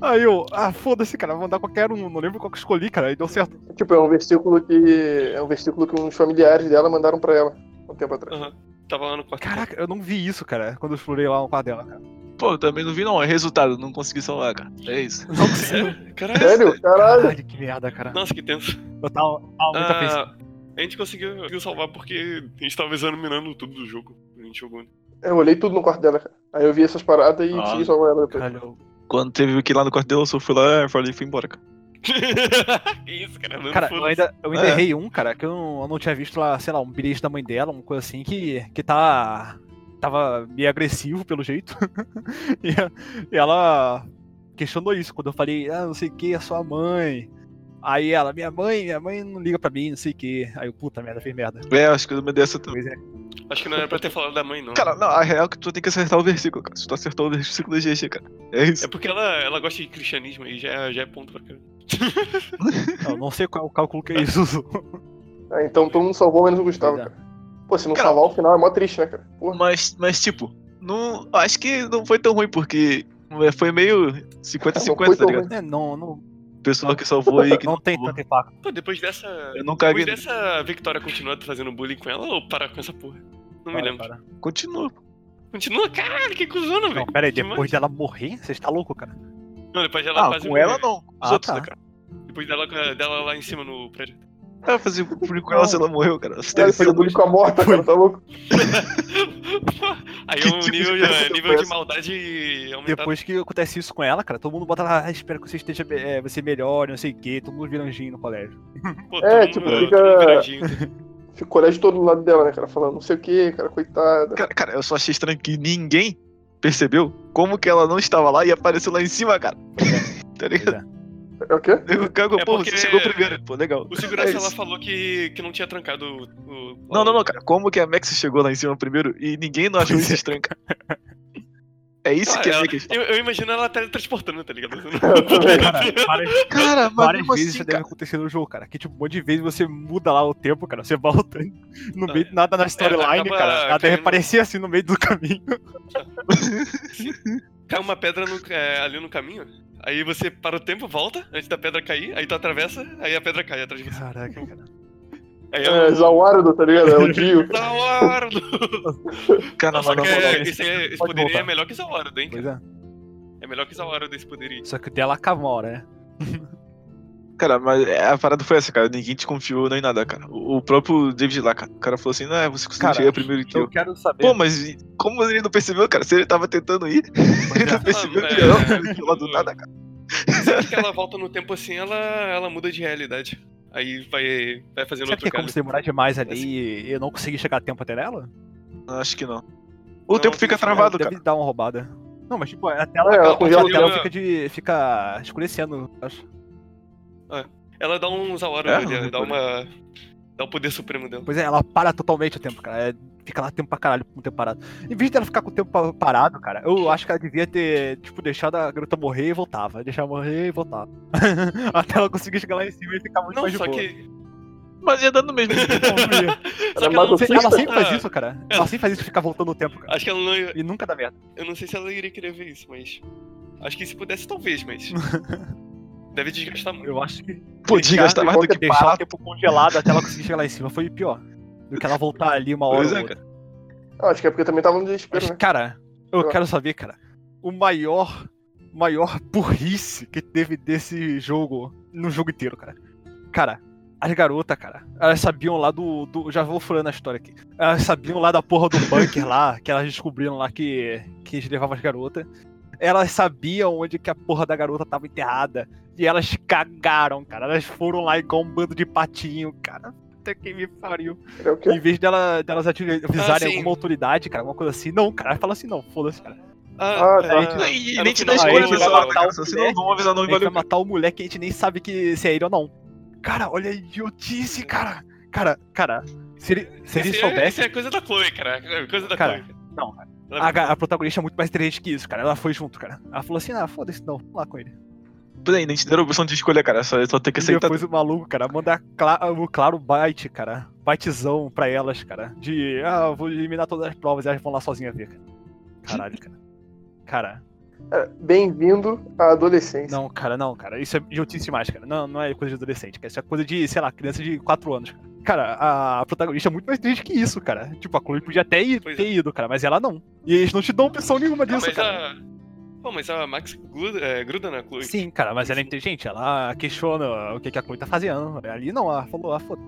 S1: Aí eu, ah, foda-se, cara, vou mandar qualquer um, não lembro qual que eu escolhi, cara, e deu certo.
S2: Tipo, é um versículo que. É um versículo que uns familiares dela mandaram pra ela um tempo atrás.
S4: Aham. Tava lá no quarto.
S1: Tipo- Caraca, eu não vi isso, cara, quando eu explorei lá no quarto dela, cara.
S3: Pô, eu também não vi não. É resultado, não consegui salvar, cara. É isso.
S1: Não consigo.
S4: Caralho.
S2: Sério? Caralho!
S1: Caralho, que merda, cara.
S4: Nossa, que tenso.
S1: Eu tava, tava Tá muito apreensivo.
S4: Ah, a gente conseguiu, conseguiu salvar porque a gente tava examinando tudo do jogo. A gente jogou. né?
S2: Eu olhei tudo no quarto dela, cara. Aí eu vi essas paradas e
S3: Ah.
S2: consegui salvar ela depois.
S1: Caralho,
S3: Quando teve o que lá no quarto dela, eu só fui lá e falei, fui embora, cara.
S4: que isso, cara? Não
S1: Cara,
S4: foi-
S1: eu ainda, eu ainda
S3: É.
S1: errei um, cara, que eu não, eu não tinha visto lá, sei lá, um bilhete da mãe dela, uma coisa assim, que, que tá. Tava meio agressivo pelo jeito. e, a- e ela questionou isso quando eu falei, ah, não sei o que, é sua mãe. Aí ela, minha mãe, minha mãe não liga pra mim, não sei o que. Aí eu, puta merda, fez merda.
S3: É, acho que eu me dei essa também.
S1: Pois é.
S4: Acho que não era pra ter falado da mãe, não.
S3: Cara, não, a real é que tu tem que acertar o versículo, cara. Se tu acertar o versículo é GG, cara. É isso.
S4: É porque ela, ela gosta de cristianismo e já, já é ponto pra caramba.
S1: Eu não sei qual o cálculo que é eles usam.
S2: Ah, então todo mundo salvou menos o Gustavo,
S1: Pois é.
S2: cara. Pô, se não
S3: Cara,
S2: salvar o final é mó triste, né, cara? Porra.
S3: Mas, mas tipo, não, acho que não foi tão ruim, porque é, foi meio
S2: Não foi
S3: 50-50, tá
S2: tão
S3: ligado?
S1: É, não, não,
S3: O pessoal que salvou aí que
S1: não tem
S3: salvou.
S1: tanto impacto.
S4: Pô, depois dessa.
S3: Eu não
S4: Depois
S3: caguei. nele.
S4: dessa Victoria continua fazendo bullying com ela ou para com essa porra? Não me
S1: Para,
S4: lembro.
S1: para.
S3: Continua.
S4: Continua, caralho, que cuzona,
S1: Não,
S4: velho.
S1: pera aí,
S4: Demais.
S1: depois dela morrer? Você está louco, cara?
S4: Não, depois dela
S3: Ah,
S4: quase
S3: com
S4: morrer.
S3: ela não. Com os
S1: Ah,
S3: outros,
S1: tá.
S3: né, cara?
S4: Depois dela, dela lá em cima no prédio.
S3: Ela fazia bullying com ela se ela morreu, cara. Você
S2: Cara,
S3: deve ser
S2: fazer bullying com a morta, cara, tá louco?
S4: Aí
S3: Que
S4: o
S3: tipo de
S4: nível,
S3: pessoa
S4: é, nível de
S3: essa?
S4: maldade aumentado.
S1: Depois que acontece isso com ela, cara, todo mundo bota lá, ah, espero que você esteja be- é, você melhore, não sei o quê, todo mundo vira anjinho no colégio.
S4: Pô,
S2: É,
S4: todo
S2: tipo,
S4: mundo-
S2: fica-
S4: todo mundo viradinho.
S2: Fica o colégio todo do lado dela, né, cara? Falando não sei o que, cara, coitada.
S3: Cara, cara, eu só achei estranho que ninguém percebeu como que ela não estava lá e apareceu lá em cima, cara. tá
S1: Pois
S3: ligado?
S1: é.
S2: É o quê?
S3: Eu cago,
S4: É
S3: pô,
S4: porque-
S3: você chegou primeiro, pô, legal.
S4: O segurança
S3: É isso.
S4: ela falou que, que não tinha trancado o. o-
S3: Não, não, não, cara. Como que a Max chegou lá em cima primeiro e ninguém não achou
S1: Pois
S3: isso
S1: é.
S3: estranho, cara? É isso
S4: Ah,
S3: que é
S4: ela-
S3: a questão.
S4: Eu, eu imagino ela teletransportando, tá ligado?
S1: Cara, várias,
S3: Cara, mas
S1: várias vezes
S3: mesmo assim,
S1: isso
S3: cara.
S1: deve acontecer no jogo, cara. Que tipo, um monte de vezes você muda lá o tempo, cara. Você volta no
S4: Ah,
S1: meio
S4: é.
S1: do nada na storyline,
S4: acaba
S1: cara. Ela deve
S4: caindo-
S1: aparecer assim no meio do caminho.
S4: Cai uma pedra no- é, ali no caminho, aí você para o tempo, volta antes da pedra cair, aí tu atravessa, aí a pedra cai atrás de você.
S1: Caraca, cara.
S4: Aí
S2: É, Zawarudo, tá ligado? É o Dio.
S4: Da hora!
S3: Cara,
S4: Só
S3: mas na
S4: que
S3: moral,
S4: é, esse, é- esse
S1: Pode
S4: poder aí é
S1: voltar.
S4: melhor que Zawarudo, hein?
S1: Pois
S4: cara?
S1: é.
S4: É melhor que Zawarudo esse poder aí.
S1: Só que o dela acaba uma hora, né?
S3: Cara, mas é, a parada foi essa, cara. Ninguém desconfiou nem nada, cara. O o próprio David lá, cara. O cara falou assim: não, é, você conseguiu
S1: Cara,
S3: chegar primeiro que eu.
S1: quero saber.
S3: Pô, mas e- como ele não percebeu, cara? Se ele tava tentando ir, ele não percebeu
S4: Ah,
S3: que
S4: é.
S3: não. Ele lá do nada, cara.
S4: Sempre é que ela volta no tempo assim, ela, ela muda de realidade. Aí vai, vai fazendo
S1: Será que
S4: outro
S1: é como
S4: caso.
S1: se demorar demais ali e eu não conseguir chegar a tempo até nela?
S3: Não, Acho que não. O
S4: Não,
S3: tempo
S4: tem
S3: fica
S4: que falar,
S3: travado,
S1: deve
S3: cara.
S1: dar uma roubada. Não, mas tipo, a tela,
S2: É,
S1: aquela
S2: ela
S1: parte da
S2: congela
S1: tela
S4: o tempo.
S1: fica, de, fica escurecendo, eu acho.
S4: Ela dá um Zawarudo
S3: É,
S4: ali, ela dá
S3: olha.
S4: uma. Dá o poder supremo dela.
S1: Pois é, ela para totalmente o tempo, cara. É, fica lá tempo pra caralho com o tempo parado. Em vez dela ficar com o tempo pa- parado, cara, eu acho que ela devia ter, tipo, deixado a garota morrer e voltava. Deixar ela morrer e voltava. Até ela conseguir chegar lá em cima e ficar muito
S4: Não,
S1: mais de
S4: só
S1: boa.
S4: que.
S3: Mas ia dando mesmo.
S4: Só
S2: Ela
S4: que ela não
S2: mata o
S1: Você-
S4: sei-
S2: Flick,
S1: Ela sempre faz
S4: Ah,
S1: isso, cara. Ela sempre faz isso, ficar voltando o tempo, cara.
S4: Acho que ela não.
S1: E nunca dá merda.
S4: Eu não sei se ela iria querer ver isso, mas. Acho que se pudesse, talvez, mas. Deve desgastar muito.
S1: Eu acho que
S3: Podia
S1: Deixar-
S3: gastar mais do que
S1: deixar o
S3: barato.
S1: tempo congelado até ela conseguir chegar lá em cima foi pior. Do que ela voltar ali uma hora
S3: Pois
S1: ou
S3: é,
S1: outra.
S2: Ah, acho que é porque também tava no desespero,
S1: Mas,
S2: né?
S1: cara, eu
S2: Eu-
S1: quero saber, cara, o maior, maior burrice que teve desse jogo, no jogo inteiro, cara. Cara, as garotas, cara, elas sabiam lá do, do- Já vou furando a história aqui. Elas sabiam lá da porra do bunker lá, que elas descobriram lá que, que eles levavam as garotas. Elas sabiam onde que a porra da garota tava enterrada. E elas cagaram, cara. Elas foram lá igual um bando de patinho, cara. Puta que me pariu
S2: É o quê?
S1: em vez dela, delas ati- avisarem
S4: Ah, sim.
S1: alguma autoridade, cara, alguma coisa assim, não, cara, fala assim, não, foda-se, cara.
S2: Ah, tá.
S4: é,
S3: Não, E
S4: é
S3: e
S4: no
S3: nem te
S4: final,
S3: dá
S1: aí
S3: escolha
S1: ele vai
S3: nessa hora,
S1: matar
S3: né,
S1: o
S3: cara. Se não,
S1: moleque,
S3: não avisar,
S1: A
S3: não
S1: gente vai
S3: valeu.
S1: matar o moleque, a gente nem sabe que se é ele ou não. Cara, olha a idiotice, cara. Cara, cara, se ele, se ele
S4: isso é-
S1: soubesse,
S4: isso é coisa da Chloe, cara. É coisa da
S1: Cara,
S4: Chloe.
S1: não, cara.
S4: Ela-
S1: a, ga- a protagonista é muito mais inteligente que isso, cara. Ela foi junto, cara. Ela falou assim, ah, foda-se, não, vamos lá com ele.
S3: Peraí, nem te deram a opção de escolha, cara. Só, só ter que
S1: E
S3: aceitar.
S4: tá
S1: depois o maluco, cara, manda cla- o claro bite, cara, bitezão pra elas, cara, de, ah, eu vou eliminar todas as provas e elas vão lá sozinhas ver, cara. Caralho, cara. Cara,
S2: Cara, É, Bem-vindo à adolescência.
S1: Não, cara, não, cara. Isso é idiotice demais, cara. Não, não é coisa de adolescente, cara. Isso é coisa de, sei lá, criança de 4 anos, cara. Cara, a protagonista é muito mais triste que isso, cara. Tipo, a Chloe podia até ir,
S4: Pois é.
S1: ter ido, cara, mas ela não. E eles não te dão opção nenhuma
S4: Não,
S1: disso,
S4: mas é
S1: cara.
S4: a. Pô, mas a Max gruda, é, gruda na Chloe.
S1: Sim, cara, mas ela é inteligente. Ela questiona o que, que a Chloe tá fazendo. Ali não, ela falou, ah, foda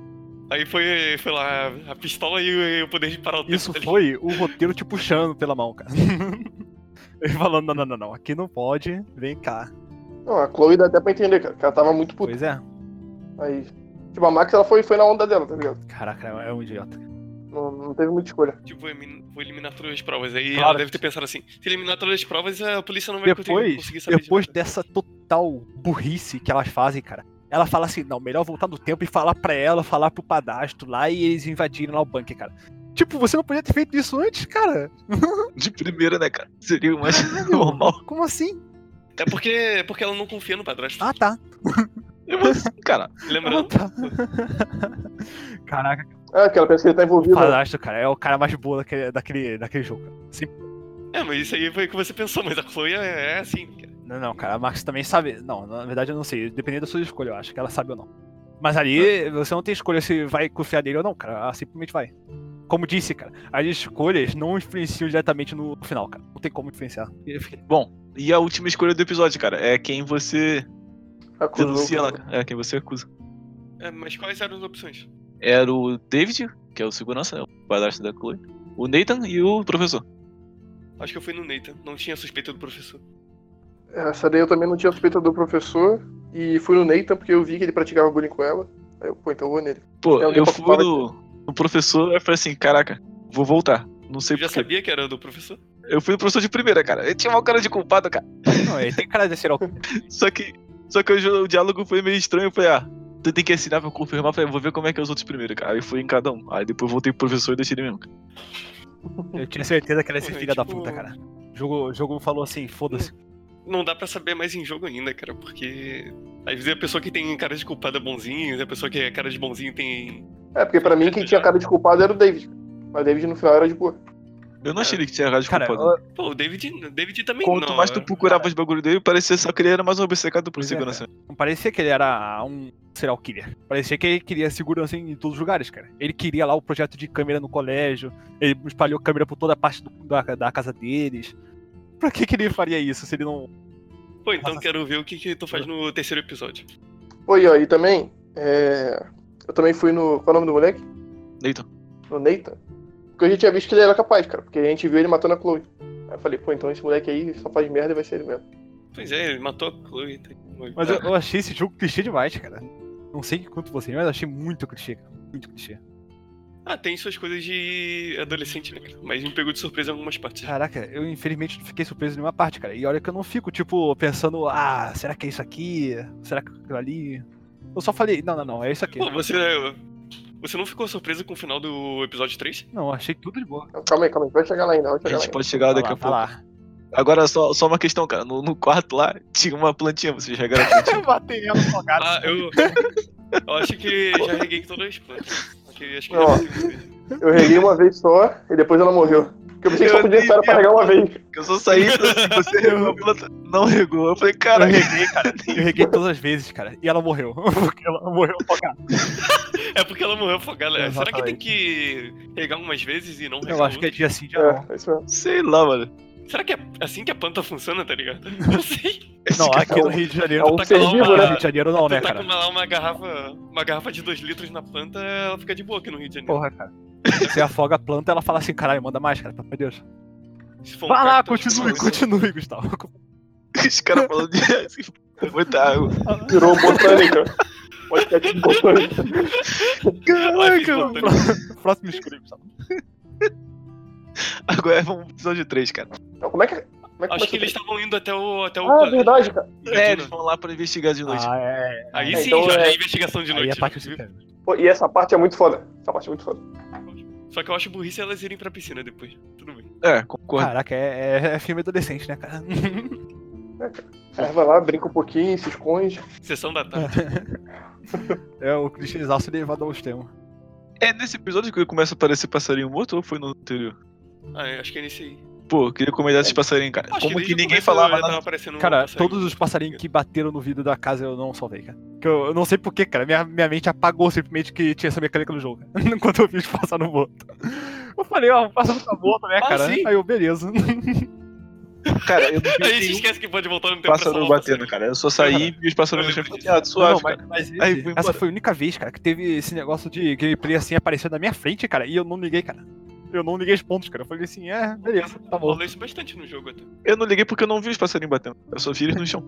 S4: Aí foi, foi lá a pistola e o, e o poder de parar o tempo.
S1: Isso
S4: tá ligado?
S1: foi o roteiro te puxando pela mão, cara. Ele falando, não, não, não, não, aqui não pode, vem cá.
S2: Não, a Chloe dá até pra entender, cara, que ela tava muito puta.
S1: Pois é.
S2: Aí, tipo, a Max, ela foi, foi na onda dela, tá ligado?
S1: Caraca, é um idiota.
S2: Não, não teve muita escolha.
S4: Tipo, vou elimin- vou eliminar todas as provas. Aí
S1: Claro.
S4: ela deve ter pensado assim: se eliminar todas as provas, a polícia não vai conseguir-
S1: depois,
S4: conseguir saber. de
S1: depois
S4: nada.
S1: dessa total burrice que elas fazem, cara. Ela fala assim, não, melhor voltar no tempo e falar pra ela, falar pro padastro lá e eles invadirem lá o bunker, cara. Tipo, você não podia ter feito isso antes, cara?
S3: De primeira, né, cara? Seria o mais normal.
S1: Como assim?
S4: É porque, é porque ela não confia no padrasto.
S1: Ah, tá.
S3: É, Cara,
S1: Ah,
S4: Lembrando.
S1: tá. Caraca,
S2: Ah, que ela pensa que ele tá
S1: o
S2: envolvido. né?
S1: padastro, cara, é o cara mais boa daquele, daquele, daquele jogo, cara. Sempre-
S4: É, mas isso aí foi o que você pensou, mas a Chloe é, é assim. cara.
S1: Não, não, cara, a Max também sabe. Não, na verdade eu não sei. Dependendo da sua escolha, eu acho que ela sabe ou não. Mas ali você não tem escolha se vai confiar nele ou não, cara. Ela simplesmente vai. Como disse, cara, as escolhas não influenciam diretamente no final, cara. Não tem como influenciar. Eu fiquei-
S3: Bom, e a última escolha do episódio, cara, é quem você
S2: Acusou.
S3: denuncia lá, cara. É quem você acusa.
S4: É, mas quais eram as opções?
S3: Era o David, que é o segurança, né? O padrasto da Chloe. O Nathan e o professor.
S4: Acho que eu fui no Nathan. Não tinha suspeita do professor.
S2: Essa daí eu também não tinha suspeita do professor. E fui no Nathan porque eu vi que ele praticava bullying com ela. Aí eu, pô, então eu vou nele.
S3: Pô,
S1: É
S2: Tem alguém
S3: eu
S2: pra
S3: fui
S2: falar
S3: no, no professor e falei assim, caraca, vou voltar. Não sei
S4: Eu já
S3: porquê.
S4: sabia que era do professor.
S3: Eu fui no professor de primeira, cara. Ele tinha mal cara de culpado, cara.
S1: Não, ele tem cara de ser
S3: Só que, só que o, o diálogo foi meio estranho. Eu falei, ah, tu tem que assinar pra eu confirmar. Eu falei, vou ver como é que é os outros primeiro, cara. Aí fui em cada um. Aí depois voltei pro professor e deixei ele mesmo. cara.
S1: Eu tinha certeza que era esse
S4: Pô, é
S1: filho da
S4: tipo-
S1: puta, cara. O jogo, o jogo falou assim, foda-se.
S4: Não dá pra saber mais em jogo ainda, cara, porque. Às vezes a pessoa que tem cara de culpada é bonzinho, a pessoa que é cara de bonzinho tem.
S2: É, porque pra mim quem tinha cara de culpado era o David. Mas o David no final era de boa.
S3: Eu não achei ele que tinha cara de
S1: É. Cara,
S3: culpado.
S1: eu-
S4: Pô, o David. o David também
S3: Quanto
S4: não. né?
S3: mais tu procurava os bagulho dele, parecia só que ele era mais um obcecado por
S1: Pois é,
S3: segurança.
S1: não parecia que ele era um serial killer. Parecia que ele queria segurança em todos os lugares, cara. Ele queria lá o projeto de câmera no colégio, ele espalhou câmera por toda a parte do- da, da casa deles. Pra que, que ele faria isso se ele não.
S4: Pô, então quero ver o que, que tu faz no terceiro episódio.
S2: Pô, e ó, e também, é... eu também fui no. Qual é o nome do moleque?
S3: Nathan.
S2: No Nathan. Porque a gente tinha visto que ele era capaz, cara. Porque a gente viu ele matando a Chloe. Aí eu falei, pô, então esse moleque aí só faz merda e vai ser ele mesmo.
S4: Pois é, ele matou a Chloe. tá?
S1: Mas eu, eu achei esse jogo clichê demais, cara. Não sei quanto você, mas eu achei muito clichê, cara. Muito clichê.
S4: Ah, tem suas coisas de adolescente, né, cara? Mas me pegou de surpresa em algumas partes.
S1: Caraca, eu infelizmente não fiquei surpreso em nenhuma parte, cara. E olha que eu não fico, tipo, pensando, ah, será que é isso aqui? Será que é aquilo ali? Eu só falei, não, não, não, é isso aqui.
S4: Pô, você. Você não ficou surpreso com o final do episódio 3?
S1: Não, achei tudo de boa.
S2: Não, calma aí, calma aí. Vai chegar lá ainda, vai
S3: A
S2: chegar lá
S3: gente
S2: ainda.
S3: pode chegar daqui a pouco. Agora, só, só uma questão, cara. No, no quarto lá, tinha uma plantinha, vocês regaram a plantinha.
S1: Eu batei ela no lugar.
S4: Ah, eu. Eu acho que já reguei todas as plantas. Ok, acho que
S2: Ó.
S4: já reguei.
S2: Eu reguei uma vez só e depois ela morreu. Porque eu pensei que
S3: Eu
S2: só podia
S3: nem
S2: estar pra
S3: vi a
S2: regar uma vez.
S3: Que eu só saí e falei assim, você regou a planta. Não regou. Eu falei,
S1: Eu
S3: cara,
S1: reguei, cara. Eu reguei todas as vezes, cara. E ela morreu. Porque ela morreu afogada.
S4: É porque ela morreu afogada. É, Será que tem
S1: Exatamente.
S4: que regar umas vezes e não regar
S1: Eu acho que é
S4: outras?
S1: dia sim, dia não.
S2: É, é isso mesmo.
S3: sei lá, mano.
S4: Será que é assim que a planta funciona, tá ligado? Não sei.
S3: Esse
S1: Não,
S3: cara-
S1: aqui no Rio de Janeiro.
S2: É um
S1: Tá
S2: ser
S1: calor,
S2: vivo,
S1: mas
S2: né?
S1: no Rio de Janeiro não, né,
S4: tu tá com
S1: cara?
S4: uma, lá uma garrafa, uma garrafa de 2 litros na planta, ela fica de boa aqui no Rio de Janeiro.
S1: Porra, cara. Você afoga a planta, ela fala assim, caralho, manda mais, cara, pelo amor de Deus.
S4: Se for um
S1: Vai lá,
S4: cactus,
S1: continue,
S4: alguma coisa
S1: continue, Gustavo.
S3: Esse cara falando de assim, muita água.
S2: Virou um botânica. Podcast de botânica.
S4: assim.
S1: Caraca,
S4: Vai, fiz planta.
S1: Pró- Próximo escolha, Gustavo.
S3: Agora vamos pro episódio 3, cara.
S2: Então, como é que. Como é que
S4: Acho
S2: começou?
S4: que eles estavam indo até o. Até o
S2: Ah, é verdade, cara.
S3: É, eles vão lá pra investigar de noite.
S1: Ah, é.
S4: Aí
S2: É,
S4: sim,
S2: então
S4: já
S2: é-
S4: é investigação de
S1: Aí
S4: noite.
S1: é parte
S4: né?
S1: do
S2: Pô, e essa parte é muito foda. Essa parte é muito foda.
S4: Só que eu acho burrice elas irem pra piscina depois. Tudo bem.
S3: É, concordo.
S1: Caraca, é, é- é filme adolescente, né, cara?
S2: É, vai lá, brinca um pouquinho, se esconde.
S4: Sessão da tarde.
S1: É o clichêzaço levado ao extremo.
S3: É nesse episódio que começa a aparecer passarinho morto ou foi no anterior?
S4: Ah, eu acho que é nesse aí.
S3: Pô, eu queria comentar esses passarinhos, cara.
S4: Acho
S3: Como que
S4: desde o
S3: ninguém
S4: começo
S3: falava
S4: já tava
S3: nada?
S4: aparecendo um
S1: Cara,
S4: passarinho.
S1: todos os passarinhos que bateram no vidro da casa eu não salvei, cara. Que eu, eu não sei porquê, cara. Minha, minha mente apagou simplesmente que tinha essa mecânica no jogo. cara. Enquanto eu vi os passarinhos morto. Eu falei, ó, o passarinho tá morto, né,
S4: Ah,
S1: cara?
S4: sim.
S1: Aí eu, beleza.
S3: Cara, eu não
S4: A gente
S1: um
S3: vi nenhum
S4: esquece que pode voltar no tempo
S3: pássaro batendo, cara. Eu só saí e vi os passarinhos no chão e falei, ah,
S1: Não,
S3: suave,
S1: mas,
S3: cara.
S1: mas esse-
S3: Aí foi
S1: essa
S3: embora.
S1: foi a única vez, cara, que teve esse negócio de gameplay assim aparecendo na minha frente, cara, e eu não liguei, cara. Eu não liguei os pontos, cara. Eu falei assim, é, beleza, tá bom.
S4: Rolou isso bastante no jogo até.
S3: Eu não liguei porque eu não vi os passarinhos batendo. Eu só vi eles no chão.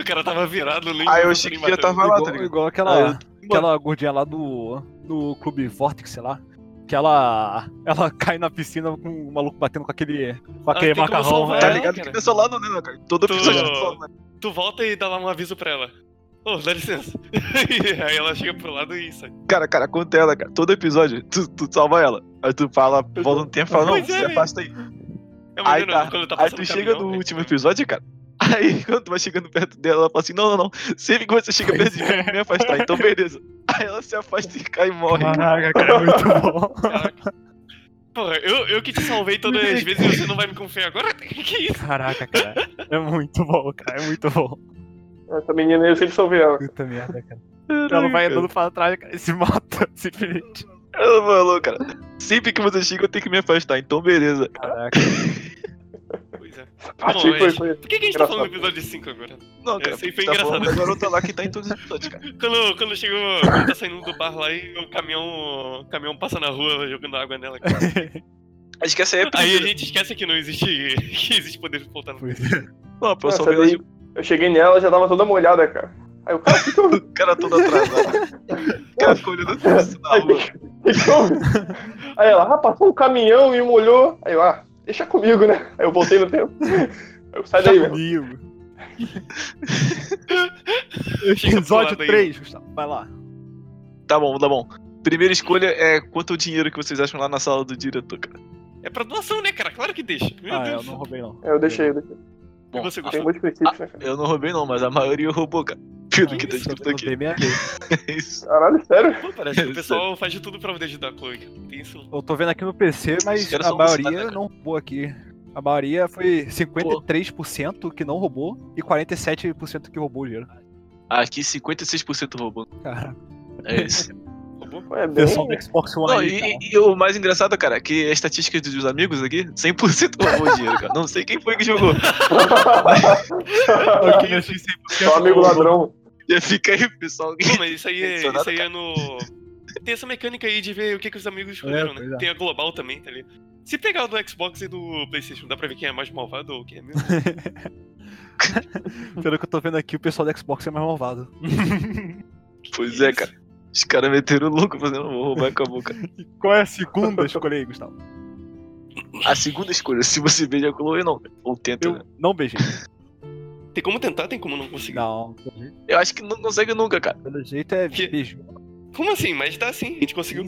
S4: o cara tava virado, lembra?
S3: Ah, eu achei que já tava lá, tá
S1: Igual,
S3: ligado?
S1: igual aquela.
S3: Ah, eu-
S1: aquela gordinha lá do, do clube Vortex, sei lá. Que ela, ela cai na piscina com o maluco batendo com aquele, com aquele
S4: tem como
S1: macarrão.
S4: salvar
S1: né?
S3: Tá
S4: ela?
S3: ligado?
S4: cara.
S3: Que não é só lá não, né, cara? Todo
S4: Tu-
S3: episódio é só lá.
S4: Tu volta e dá lá um aviso pra ela. Ô, dá licença. E aí ela chega pro lado e É sai.
S3: Cara, cara, conta ela, cara. Todo episódio, tu, tu salva ela. Aí tu fala, volta um tempo e fala, não,
S4: Pois é,
S3: se
S4: velho.
S3: afasta aí.
S4: É
S3: Aí
S4: maneiro,
S3: tá.
S4: quando tá
S3: Aí
S4: passando
S3: tu
S4: o
S3: chega
S4: caminhão,
S3: no
S4: aí
S3: último
S4: tu-
S3: episódio, cara. Aí quando tu vai chegando perto dela, ela fala assim, não, não, não. Sempre que você chega perto de mim, eu vou me afastar, então beleza. Aí ela se afasta e cai e morre.
S1: Caraca, cara, é muito bom.
S4: Caraca. Porra, eu, eu que te salvei todas as vezes e você não vai me confiar agora? Que isso?
S1: Caraca, cara. É muito bom, cara. É muito bom.
S2: Essa menina aí eu sempre salvei ela.
S1: Puta merda, cara.
S3: Caraca.
S1: Ela vai andando pra trás, cara, e se mata. Simplesmente.
S3: Ela falou, cara. Sempre que você chega, eu tenho que me afastar, então beleza.
S1: Caraca.
S4: Pois é.
S2: Essa parte
S4: Bom,
S2: aí foi,
S4: é-
S2: Ah, tipo, foi.
S4: Por que, que a gente tá
S2: Engraçado.
S4: falando do episódio 5 agora?
S3: Não, cara.
S4: Esse aí foi
S3: tá
S4: É, engraçado.
S3: falando da garota lá que tá em todos os episódios, cara.
S4: Quando, quando chegou, quando tá saindo do bar lá e o caminhão, o caminhão passa na rua jogando água nela. cara.
S3: Acho que essa aí é a
S4: Aí a
S3: primeira.
S4: gente esquece que não existe, que existe poder voltar no
S3: Não, pô, eu só
S2: Nossa,
S3: vi ela
S2: daí
S3: de
S4: assim.
S2: Eu cheguei nela, ela já tava toda molhada, cara. Aí o cara, o que que houve?
S3: o cara todo atrasado. O cara ficou olhando assim na
S2: Aí, o
S3: rua.
S2: que que houve? Aí ela, ah, passou um caminhão e molhou. Aí eu, ah, deixa comigo, né? Aí eu voltei no tempo. Aí Eu, sai
S1: Tá
S2: daí, meu.
S1: comigo.
S4: Chega pro
S1: Episódio
S4: lado aí.
S1: 3, Gustavo. Vai lá.
S3: Tá bom, tá bom. Primeira escolha é quanto dinheiro que vocês acham lá na sala do diretor, cara.
S4: É pra doação, né, cara? Claro que deixa. Meu
S1: ah, é, eu
S4: Deus.
S1: não roubei, não.
S2: É, eu deixei, eu deixei.
S4: E você
S2: Tem
S4: gostou?
S2: muitos princípios, né, cara?
S3: Eu não roubei não, mas a maioria roubou, cara. Pelo que tá
S1: Ah, Isso,
S3: escrito
S1: eu
S3: aqui.
S1: roubei minha vez.
S3: É isso.
S2: Caralho, sério?
S4: Pô, parece que o
S3: Isso.
S4: pessoal faz de tudo pra poder ajudar a Chloe. cara. Tem isso.
S1: Eu tô vendo aqui no PC, mas
S3: Os caras
S1: a
S3: são alucinados,
S1: maioria
S3: né,
S1: não roubou aqui. A maioria foi 53% que não roubou e 47% que roubou o dinheiro.
S3: Aqui 56% roubou.
S1: Cara,
S3: É isso.
S4: Roubou?
S2: Ué, é bem...
S1: pessoal do Xbox One
S3: Não,
S1: aí,
S3: e,
S1: cara.
S3: e o mais engraçado, cara, é que a estatística dos amigos aqui, 100% roubou o dinheiro, cara. Não sei quem foi que jogou.
S1: Alguém achou isso aí por
S2: Só
S1: cento
S2: amigo
S1: roubou.
S2: ladrão.
S3: Já fica aí, pessoal.
S4: Pô, mas isso aí é,
S3: Adicionado,
S4: isso aí é no. Tem essa mecânica aí de ver o que, que os amigos escolheram,
S1: pois
S4: né?
S1: é.
S4: Tem a global também, tá ligado? Se pegar o do Xbox e do PlayStation, dá pra ver quem é mais malvado ou quem é menos.
S1: Pelo que eu tô vendo aqui, o pessoal do Xbox é mais malvado.
S3: Pois é, cara. Os caras meteram o louco fazendo, vou roubar com a boca.
S1: E qual é a segunda? Escolha aí, Gustavo.
S3: A segunda escolha, se você beija a Chloe, não. Ou tenta, né?
S1: Eu não beijei.
S4: Tem como tentar, tem como não conseguir.
S1: Não,
S3: Eu acho que não consegue nunca, cara.
S1: pelo jeito é
S4: Que-
S1: beijo.
S4: Como assim? Mas dá sim, a gente conseguiu.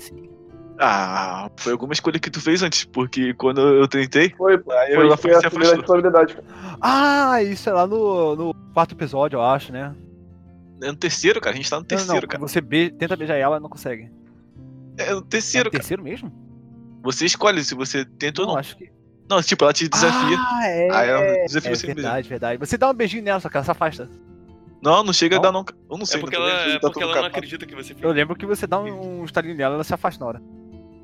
S3: Ah, foi alguma escolha que tu fez antes, porque quando eu tentei,
S2: Foi,
S3: aí
S2: foi
S3: ela
S2: foi
S3: foi,
S2: a
S3: se
S2: primeira
S3: afastou.
S2: responsabilidade, cara.
S1: Ah, isso é lá no, no quarto episódio, eu acho, né?
S3: É no terceiro, cara. A gente tá no terceiro,
S1: não, não,
S3: cara.
S1: Você be- tenta beijar ela e não consegue.
S3: É no
S1: É
S3: terceiro,
S1: no
S3: cara.
S1: terceiro mesmo?
S3: Você escolhe se você tenta ou
S1: Não,
S3: não.
S1: acho que.
S3: Não, tipo, ela te desafia.
S1: Ah, é.
S3: aí ela desafia
S1: É
S3: você mesmo.
S1: verdade, verdade. Você dá um beijinho nela, só que ela se afasta.
S3: Não, não chega
S1: Não?
S3: a dar, não. cara. Eu não sei.
S4: É porque
S3: não tô
S4: ela,
S3: vendo,
S4: é
S3: tá
S4: porque
S3: tudo
S4: ela não
S3: capado.
S4: acredita que você fez.
S1: Eu lembro que você dá um, um estalinho nela e ela se afasta na hora.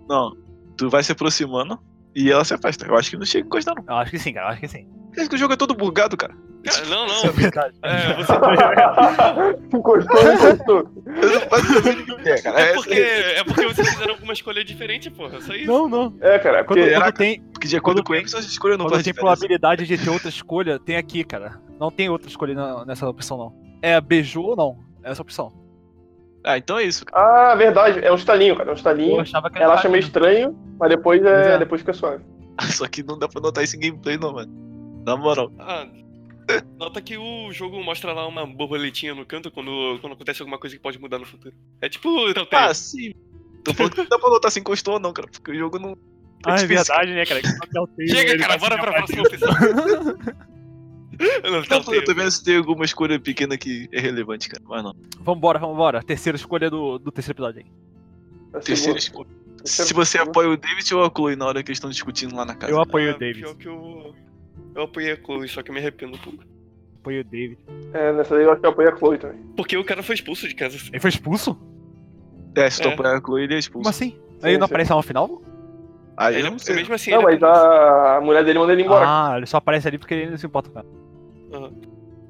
S3: Não, tu vai se aproximando e ela se afasta. Eu acho que não chega a encostar, não.
S1: Eu acho que sim, cara. Eu acho que sim.
S3: Acho que o jogo é todo bugado, cara.
S4: Cara, não, não.
S1: Verdade.
S4: É, você...
S2: Encostou, encostou.
S3: Eu não faço ideia do que é, cara.
S4: é,
S3: É,
S4: porque,
S3: é,
S4: é porque vocês fizeram alguma escolha diferente, porra. Só isso.
S1: Não, não.
S2: É, cara, é
S1: Quando,
S2: porque...
S3: Era-
S1: quando tem,
S3: porque de acordo com eles, as escolhas não
S1: quando
S3: fazem
S1: tem
S3: diferença.
S1: probabilidade de ter outra escolha, tem aqui, cara. Não tem outra escolha na- nessa opção, não. É beijou ou não. É essa opção.
S3: Ah, então é isso, cara.
S2: Ah, verdade, é um estalinho, cara, é um
S1: Eu
S2: estalinho.
S1: achava que
S2: Ela
S1: era
S2: acha meio estranho, mas depois,
S1: Pois
S2: é,
S1: é.
S2: depois fica suave.
S3: Só que não dá pra notar isso em gameplay, não, mano. Na moral.
S4: Ah, nota que o jogo mostra lá uma borboletinha no canto quando, quando acontece alguma coisa que pode mudar no futuro. É tipo Telltale.
S3: Ah, sim. Tô falando que não dá pra notar se encostou ou não, cara. Porque o jogo não.
S1: Ah, é
S3: difícil, cara.
S1: verdade, né, cara? Que Telltale,
S4: Chega,
S1: ele
S4: cara,
S1: vai
S4: bora
S1: se
S4: pra
S1: acabar.
S4: próxima opção.
S3: Não,
S4: Não,
S3: Então, eu tô
S4: Telltale.
S3: vendo se tem alguma escolha pequena que é relevante, cara. Mas não.
S1: Vambora, vambora. Terceira escolha do, do terceiro episódio aí.
S2: É
S3: Terceira
S2: seguro.
S3: escolha.
S2: é
S3: Se você apoia o David ou a Chloe na hora que eles estão discutindo lá na casa.
S1: Eu apoio
S4: Ah,
S1: o David.
S4: Pior que eu... Eu apoiei a Chloe, só que eu me arrependo um pouco.
S1: Apoio o David.
S2: É, nessa daí eu acho que eu apoiei a Chloe também.
S4: Porque o cara foi expulso de casa. assim.
S1: Ele foi expulso?
S3: É, se tu
S4: É.
S3: apoiar a Chloe, ele é
S1: Como
S3: expulso.
S1: assim? Aí
S2: Sim,
S1: não
S2: sim.
S1: aparece lá no final?
S3: Aí
S4: Ele-
S3: eu não sei.
S4: Mesmo assim,
S2: não,
S4: ele
S2: mas a... a mulher dele manda ele embora.
S1: Ah, ele só aparece ali porque ele não se importa com ela.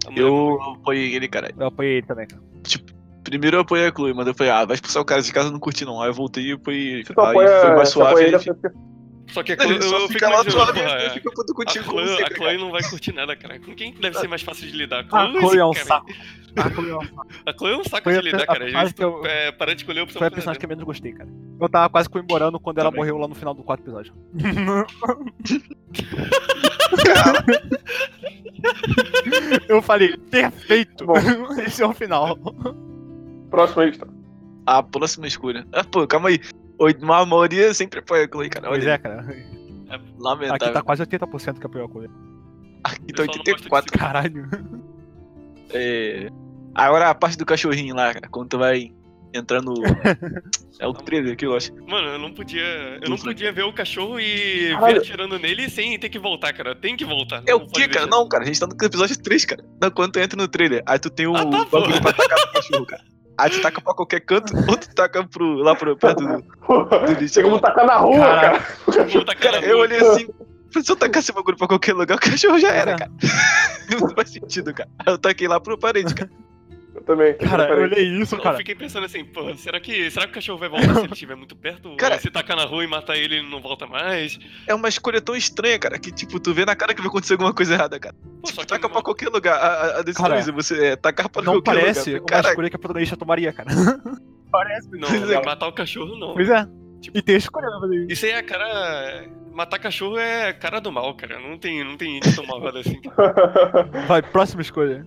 S4: a mulher-
S3: Eu apoiei ele, cara.
S1: Eu apoiei ele também, cara.
S3: Primeiro eu apoiei a Chloe, mas eu falei, ah, vai expulsar o cara de casa, eu não curti não. Aí eu voltei e apoiei.
S2: Se tu
S3: Aí foi
S2: apoia,
S3: mais
S2: se apoia
S3: suave.
S2: ele, é
S3: Ele,
S2: a pessoa fica-
S4: Só que a Chloe...
S3: ele só
S4: eu fico
S3: fica lá
S4: imaginando,
S3: suave
S4: porra, é.
S3: e fica puto
S4: A
S3: contigo. como
S4: Chloe, a
S3: sempre, cara.
S4: Chloe não vai curtir nada, cara. Com quem que deve ser mais fácil de lidar?
S1: Ah,
S4: Chloe,
S1: Chloe é um
S4: cara.
S1: saco. Ah, Chloe é um saco.
S4: A Chloe é um saco
S1: Foi
S4: de
S1: a pe-
S4: lidar,
S1: a
S4: cara. Às
S1: fase
S4: vezes
S1: que eu-
S4: tu, é, para de escolher a opção
S1: Foi a
S4: pra
S1: personagem que
S4: fazer.
S1: eu menos gostei, cara. Eu tava quase comemorando quando ela
S3: Também.
S1: morreu lá no final do quarto episódio.
S4: é
S1: Eu falei, perfeito!
S2: Bom.
S1: Esse é o final.
S2: Próximo aí, Gustavo.
S3: A próxima escolha. Ah, pô, calma aí. Oito- A maioria sempre apoia a Chloe, cara.
S1: Pois
S3: Olha,
S1: é, cara. Aqui
S3: lamentável.
S1: tá quase 80% que apoiou a coisa.
S3: Aqui tá
S4: O pessoal não gosta disso.
S3: 84.
S1: Caralho.
S3: É... Agora a parte do cachorrinho lá, cara, quando tu vai entrar no. é o 13 aqui, eu acho.
S4: Mano, eu não podia. Eu não podia ver o cachorro e
S2: Caralho.
S4: vir atirando nele sem ter que voltar, cara. Tem que voltar.
S3: É
S4: não
S3: o
S4: pode
S3: que, cara?
S4: deixar.
S3: Não, cara, a gente tá no episódio 3, cara. Não, quando tu entra no trailer, aí tu tem o
S4: Ah, tá, pô.
S3: bagulho pra tacar pro cachorro, cara. Aí tu taca pra qualquer canto, ou tu taca pro, lá pro, perto do, do lixo.
S2: Chegamos a tacar na rua,
S1: Caralho.
S2: cara.
S4: Vou tacar
S3: Cara,
S4: na
S3: eu
S4: rua.
S3: olhei assim, Se eu tacar esse bagulho pra qualquer lugar, o cachorro já era,
S1: É.
S3: cara. Não faz sentido, cara. Aí Eu taquei lá pro parede, cara.
S2: Eu também.
S1: Cara, eu
S2: eu
S1: olhei isso,
S4: Eu
S1: cara.
S4: fiquei pensando assim, pô, será que, será que o cachorro vai voltar se ele estiver muito perto?
S3: Cara-
S4: Ou se tacar na rua e matar ele, ele não volta mais?
S3: É uma escolha tão estranha, cara, que tipo, tu vê na cara que vai acontecer alguma coisa errada, cara.
S4: Pô,
S3: tipo,
S4: só que
S3: taca
S4: numa-
S3: pra qualquer lugar. A, a- a decisão
S1: Cara,
S3: é você é, tacar pra
S1: Não
S3: qualquer
S1: parece
S3: lugar.
S1: uma
S3: Cara,
S1: escolha que a protagonista tomaria, cara. parece.
S4: Não,
S3: Pois é.
S4: matar o cachorro não.
S1: Pois é.
S4: Tipo-
S1: E tem escolha pra fazer isso.
S4: Isso aí é a cara. Matar cachorro é cara do mal, cara. Não tem, não tem gente tão malvada assim. cara.
S1: Vai, próxima escolha.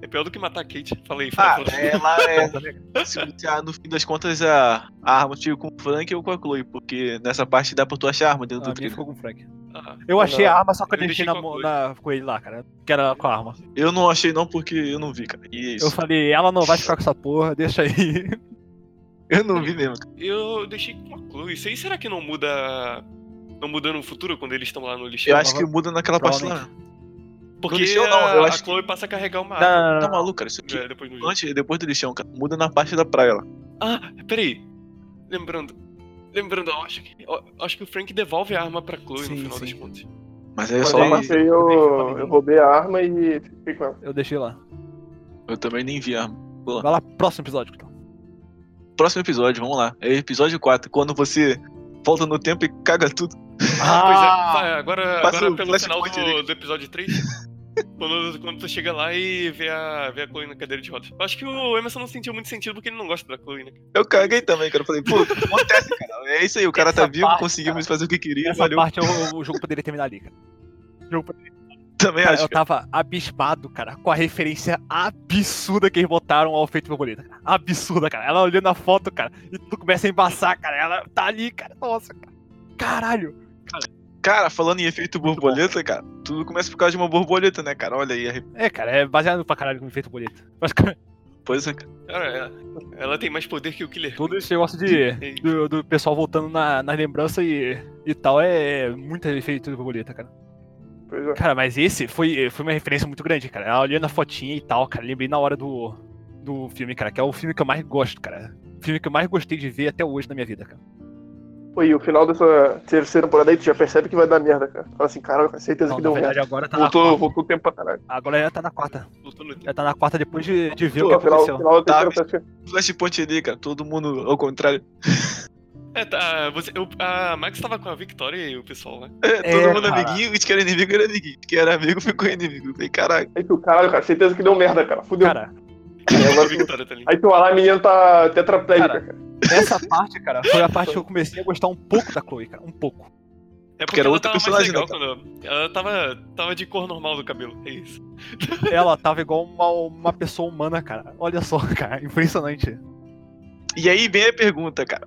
S4: É pior do que matar a Kate. Falei,
S3: Ah,
S4: falei.
S3: ela é. Se, se a- no fim das contas, é a, a arma tira com o Frank ou com a Chloe, porque nessa parte dá pra tu achar a arma dentro
S1: A
S3: do
S1: minha
S3: trilho.
S1: ficou com o Frank.
S4: Ah,
S1: Eu achei a arma, só que eu
S4: Eu
S1: deixei
S4: deixei
S1: na,
S4: com a
S1: mão-
S4: Chloe.
S1: na, com ele lá, cara. Que era com a arma.
S3: Eu não achei não porque eu não vi, cara. E é isso.
S1: Eu falei, ela não vai ficar com essa porra, deixa aí.
S3: Eu, não vi mesmo. cara.
S4: eu deixei com a Chloe. Isso aí será que não muda. Não muda no futuro quando eles estão lá no
S3: Eu
S4: lixeiro?
S3: acho que muda naquela parte lá.
S4: Porque
S3: no lixão não, eu
S4: a,
S3: acho que-
S4: Chloe passa a carregar uma arma
S1: Não,
S3: Tá
S1: não, não.
S3: maluco, cara. Isso aqui
S4: é, depois no jogo.
S3: antes e depois do lixão, cara. Muda na parte da praia lá.
S4: Ah, peraí. Lembrando. Lembrando, eu acho que, eu acho que o Frank devolve a arma pra Chloe
S1: Sim,
S4: no final
S1: sim.
S4: das contas.
S3: Mas aí eu
S2: Mas
S3: só
S2: eu matei, eu, eu roubei a arma e fiquei com ela.
S1: Eu deixei lá.
S3: Eu também nem vi a arma.
S1: Vai lá, próximo episódio, então.
S3: Próximo episódio, vamos lá. É episódio 4, quando você volta no tempo e caga tudo.
S4: Pois é, vai, agora,
S3: Passa
S4: agora
S3: o
S4: pelo final
S3: flashpoint ali.
S4: do, do episódio 3. quando, quando tu chega lá e vê a, vê a Chloe na cadeira de rodas. Eu acho que o Emerson não sentiu muito sentido porque ele não gosta da Chloe, né?
S3: Eu caguei também, cara. Eu falei, pô, acontece, cara. É isso aí, o cara
S1: Essa
S3: tá vivo,
S1: parte,
S3: conseguimos fazer o que queria,
S1: Essa
S3: valeu.
S1: parte eu- o jogo poderia terminar ali, cara. O jogo poderia-
S3: Também
S1: Cara,
S3: acho.
S1: eu tava abismado, cara, com a referência absurda que eles botaram ao feito borboleta. cara. Absurda, cara. Ela olhando a foto, cara, e tudo começa a embaçar, cara. Ela tá ali, cara. Nossa, cara. Caralho.
S3: Cara, falando em efeito borboleta, cara, tudo começa por causa de uma borboleta, né, cara? Olha aí, a-
S1: É, cara, é baseado pra caralho com efeito borboleta. Mas, cara,
S3: pois é, cara.
S4: Cara, ela,
S3: É.
S4: ela tem mais poder que o Killer.
S1: todo esse negócio de,
S4: Ei,
S1: do, do pessoal voltando na, nas lembranças e, e tal é muito efeito de borboleta, cara.
S2: Pois é.
S1: Cara, mas esse foi, eh, foi uma referência muito grande, cara. Ela olhando a fotinha e tal, cara, lembrei na hora do, do filme, cara, que é o filme que eu mais gosto, cara. O filme que eu mais gostei de ver até hoje na minha vida, cara.
S2: Pô, e o final dessa terceira temporada aí, tu já percebe que vai dar merda, cara. Fala assim, cara, com certeza
S1: Não,
S2: que
S1: na
S2: deu
S1: verdade,
S2: merda.
S1: agora tá na
S2: Voltou,
S1: quarta.
S2: voltou o tempo pra caralho.
S1: Agora já tá na quarta.
S4: voltou no tempo.
S1: Já tá na quarta depois de, de ver
S3: Pô,
S1: o que
S2: No final,
S1: aconteceu.
S2: final da
S3: Tá,
S2: terceira tá,
S3: Flashpoint ali, cara, todo mundo ao contrário.
S4: É, tá, você, eu, a Max tava com a Victoria e o pessoal, né?
S3: É, todo mundo
S1: cara.
S3: amiguinho, os que era inimigo era amiguinho, os que era amigo ficou inimigo. Eu falei, caralho.
S2: Aí tu, caralho, cara, certeza que deu merda, cara. Fudeu.
S1: Cara,
S2: Aí
S4: A
S2: agora tu-
S4: Victoria tá ali.
S2: Aí tu olha lá, a menina tá tetraplégica, cara.
S1: essa parte, cara, foi a parte que eu comecei a gostar um pouco da Chloe, cara. Um pouco.
S4: É
S3: porque era outra personagem,
S4: legal quando. Ela tava, tava de cor normal do cabelo. É isso.
S1: Ela tava igual uma, uma pessoa humana, cara. Olha só, cara. Impressionante.
S3: E aí vem a pergunta, cara.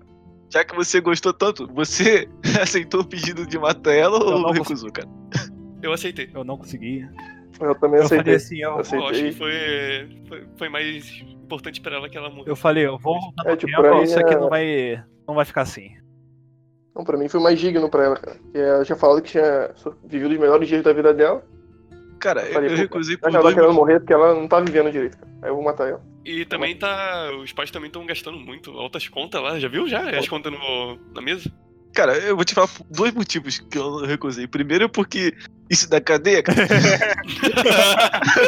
S3: Já que você gostou tanto, você aceitou o pedido de matar ela
S1: Eu
S3: ou
S1: não
S3: recusou, cara?
S4: Eu aceitei.
S1: Eu não consegui.
S2: Eu também
S1: Eu, falei
S2: aceitei.
S1: assim, eu,
S4: Eu acho que
S2: Aceitei.
S4: foi, foi, foi mais importante pra ela que ela morreu.
S1: eu falei, eu vou voltar no
S2: É, tipo, pra
S1: tempo,
S2: mim
S1: isso aqui
S2: é-
S1: não vai, não vai ficar assim.
S2: Não, pra mim foi mais digno pra ela, cara. Porque ela tinha falado que tinha vivido os melhores dias da vida dela.
S3: Cara, eu,
S2: Falei,
S3: eu
S2: pô,
S3: recusei por
S2: Mas ela tá
S3: dois
S2: querendo
S3: motivos.
S2: morrer porque ela não tá vivendo direito, cara. Aí eu vou matar ela.
S4: E também tá. Os pais também estão gastando muito. Altas contas lá, já viu? Já? As contas no, na mesa?
S3: Cara, eu vou te falar por dois motivos que eu recusei. Primeiro, porque isso da cadeia, cara,
S4: Não,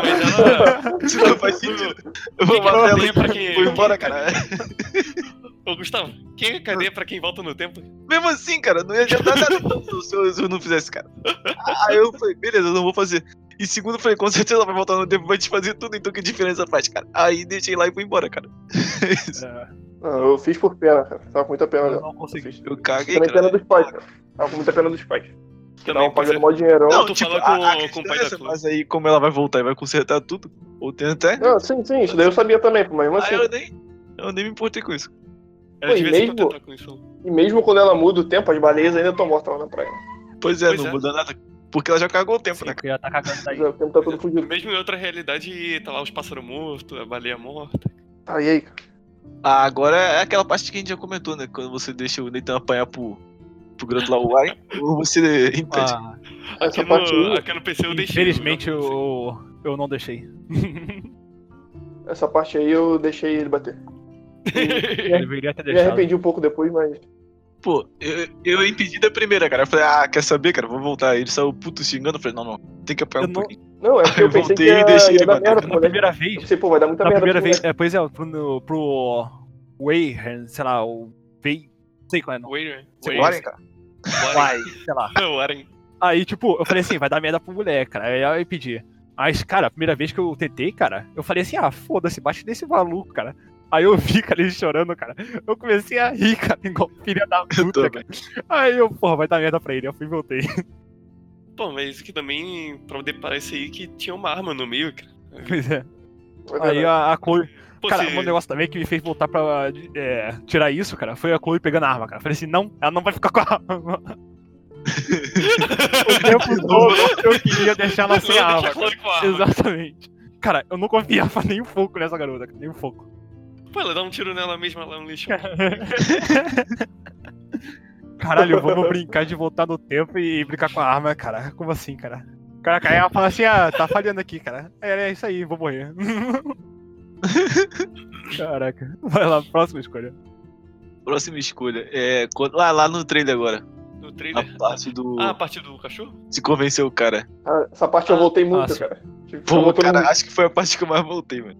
S4: mas ela.
S3: isso não faz sentido. Eu vou
S4: Quem é
S3: matar ela
S4: cadeia pra
S3: e
S4: quem-
S3: vou embora, cara.
S4: Ô, Gustavo, quem é cadeia pra quem volta no tempo?
S3: Mesmo assim, cara, não ia adiantar nada se eu, se eu não fizesse, cara. Aí eu falei, beleza, eu não vou fazer. E segundo, eu falei, com certeza ela vai voltar no tempo, vai te fazer tudo, então que diferença faz, cara? Aí deixei lá e fui embora, cara.
S1: É,
S2: Não, eu fiz por pena, cara. Tava com muita pena
S1: eu
S2: dela.
S1: não consegui.
S3: Eu caguei,
S2: Também pena
S3: cara.
S2: dos pais, cara. Tava com muita pena dos pais.
S4: Também,
S2: Tava
S4: pois
S2: pagando
S4: é.
S2: mó dinheirão.
S4: Não,
S3: Não,
S4: tu
S3: tipo,
S4: fala
S3: a-
S4: com-
S3: a
S4: com o
S3: questão
S4: pai
S3: é
S4: da
S3: essa,
S4: Chloe.
S3: Mas aí, como ela vai voltar e vai consertar tudo, ou tentar,
S2: Não, sim, sim, isso daí eu sabia também, pô, mas mesmo
S3: aí
S2: assim.
S3: eu nem... Eu nem me importei com isso.
S4: Ela
S2: Foi
S4: devia se
S2: mesmo?
S4: contentar com isso.
S2: E mesmo quando ela muda o tempo, as baleias ainda estão mortas lá na praia.
S3: Pois é,
S4: Pois
S3: não
S4: é.
S3: muda nada. Porque ela já cagou o tempo,
S1: Sim,
S3: né,
S1: porque ia tá cagando daí.
S2: Mas O tempo tá todo fudido.
S4: Mesmo em outra realidade, tá lá os pássaros mortos, a baleia morta.
S2: Tá, e aí, cara?
S3: Ah, agora é aquela parte que a gente já comentou, né? Quando você deixa o Nathan apanhar pro, pro Grant lá o Warren, ou você impede.
S1: Ah,
S2: Essa
S4: Aqui
S2: parte
S4: no,
S2: aí,
S4: aqui no PC eu deixei.
S1: infelizmente
S4: eu-
S1: eu, eu não deixei.
S2: essa parte aí eu deixei ele bater.
S1: Eu deveria ter
S2: Me
S1: deixado.
S2: arrependi um pouco depois, mas
S3: Pô, eu, eu impedi da primeira, cara. Eu falei, ah, quer saber, cara? Vou voltar. Ele saiu puto xingando. Eu falei, não, não, tem que apanhar
S1: Eu
S3: um
S1: não-
S3: pouquinho.
S2: Não, é porque eu,
S3: Eu
S2: pensei que
S3: voltei e
S2: ia,
S3: deixei
S2: ia
S3: ele
S2: dar
S3: bater.
S2: merda pro
S1: Na
S2: moleque.
S1: primeira
S2: Eu
S1: vez,
S2: pensei, pô, vai dar muita
S1: na
S2: merda
S1: primeira
S2: pro
S1: vez, é, pois é, pro, pro Wayne, sei lá, o Vay, sei qual é o nome.
S4: Warren.
S3: Você
S4: Warren.
S3: cara?
S4: Warren.
S1: Vai, sei lá.
S4: né? Não, Warren.
S1: Aí, tipo, eu falei assim, vai dar merda pro moleque, cara. Aí eu pedi. Mas, cara, a primeira vez que eu tentei, cara, eu falei assim, ah, foda-se, bate nesse maluco, cara. Aí eu vi, cara, ele chorando, cara. Eu comecei a rir, cara, igual filha da puta, cara. Aí eu, porra, vai dar merda pra ele. Eu fui e voltei.
S4: Pô, mas que também, pra poder parar isso aí, que tinha uma arma no meio, cara.
S1: Pois é.
S2: É
S1: Aí
S2: verdade.
S1: a, a Chloe.
S4: Pô,
S1: cara,
S4: se-
S1: um negócio também que me fez voltar pra é, tirar isso, cara, foi a Chloe pegando a arma, cara. Eu Falei assim, não, ela não vai ficar com a arma. o tempo todo eu queria deixar ela sem a
S4: Não,
S1: arma.
S4: deixa
S1: cara.
S4: a Chloe com a arma.
S1: Exatamente. Cara, eu não confiava nem um pouco nessa garota, cara, nem um pouco.
S4: Pô, ela dá um tiro nela mesma lá no lixo.
S1: Caralho, vamos brincar de voltar no tempo e brincar com a arma, cara. Como assim, cara? Caraca, aí ela fala assim, ah, tá falhando aqui, cara. É, é isso aí, vou morrer. Caraca. Vai lá, próxima escolha.
S3: Próxima escolha. É, quando- lá, lá no trailer agora.
S4: No
S3: Na
S4: trailer.
S3: parte do.
S4: Ah, a parte do cachorro?
S3: Se convenceu o cara.
S2: Ah, Essa parte eu voltei muito,
S1: nossa.
S2: cara. Tipo, eu
S3: Pô,
S2: voltei
S3: cara, acho que foi a parte que eu mais voltei, mano.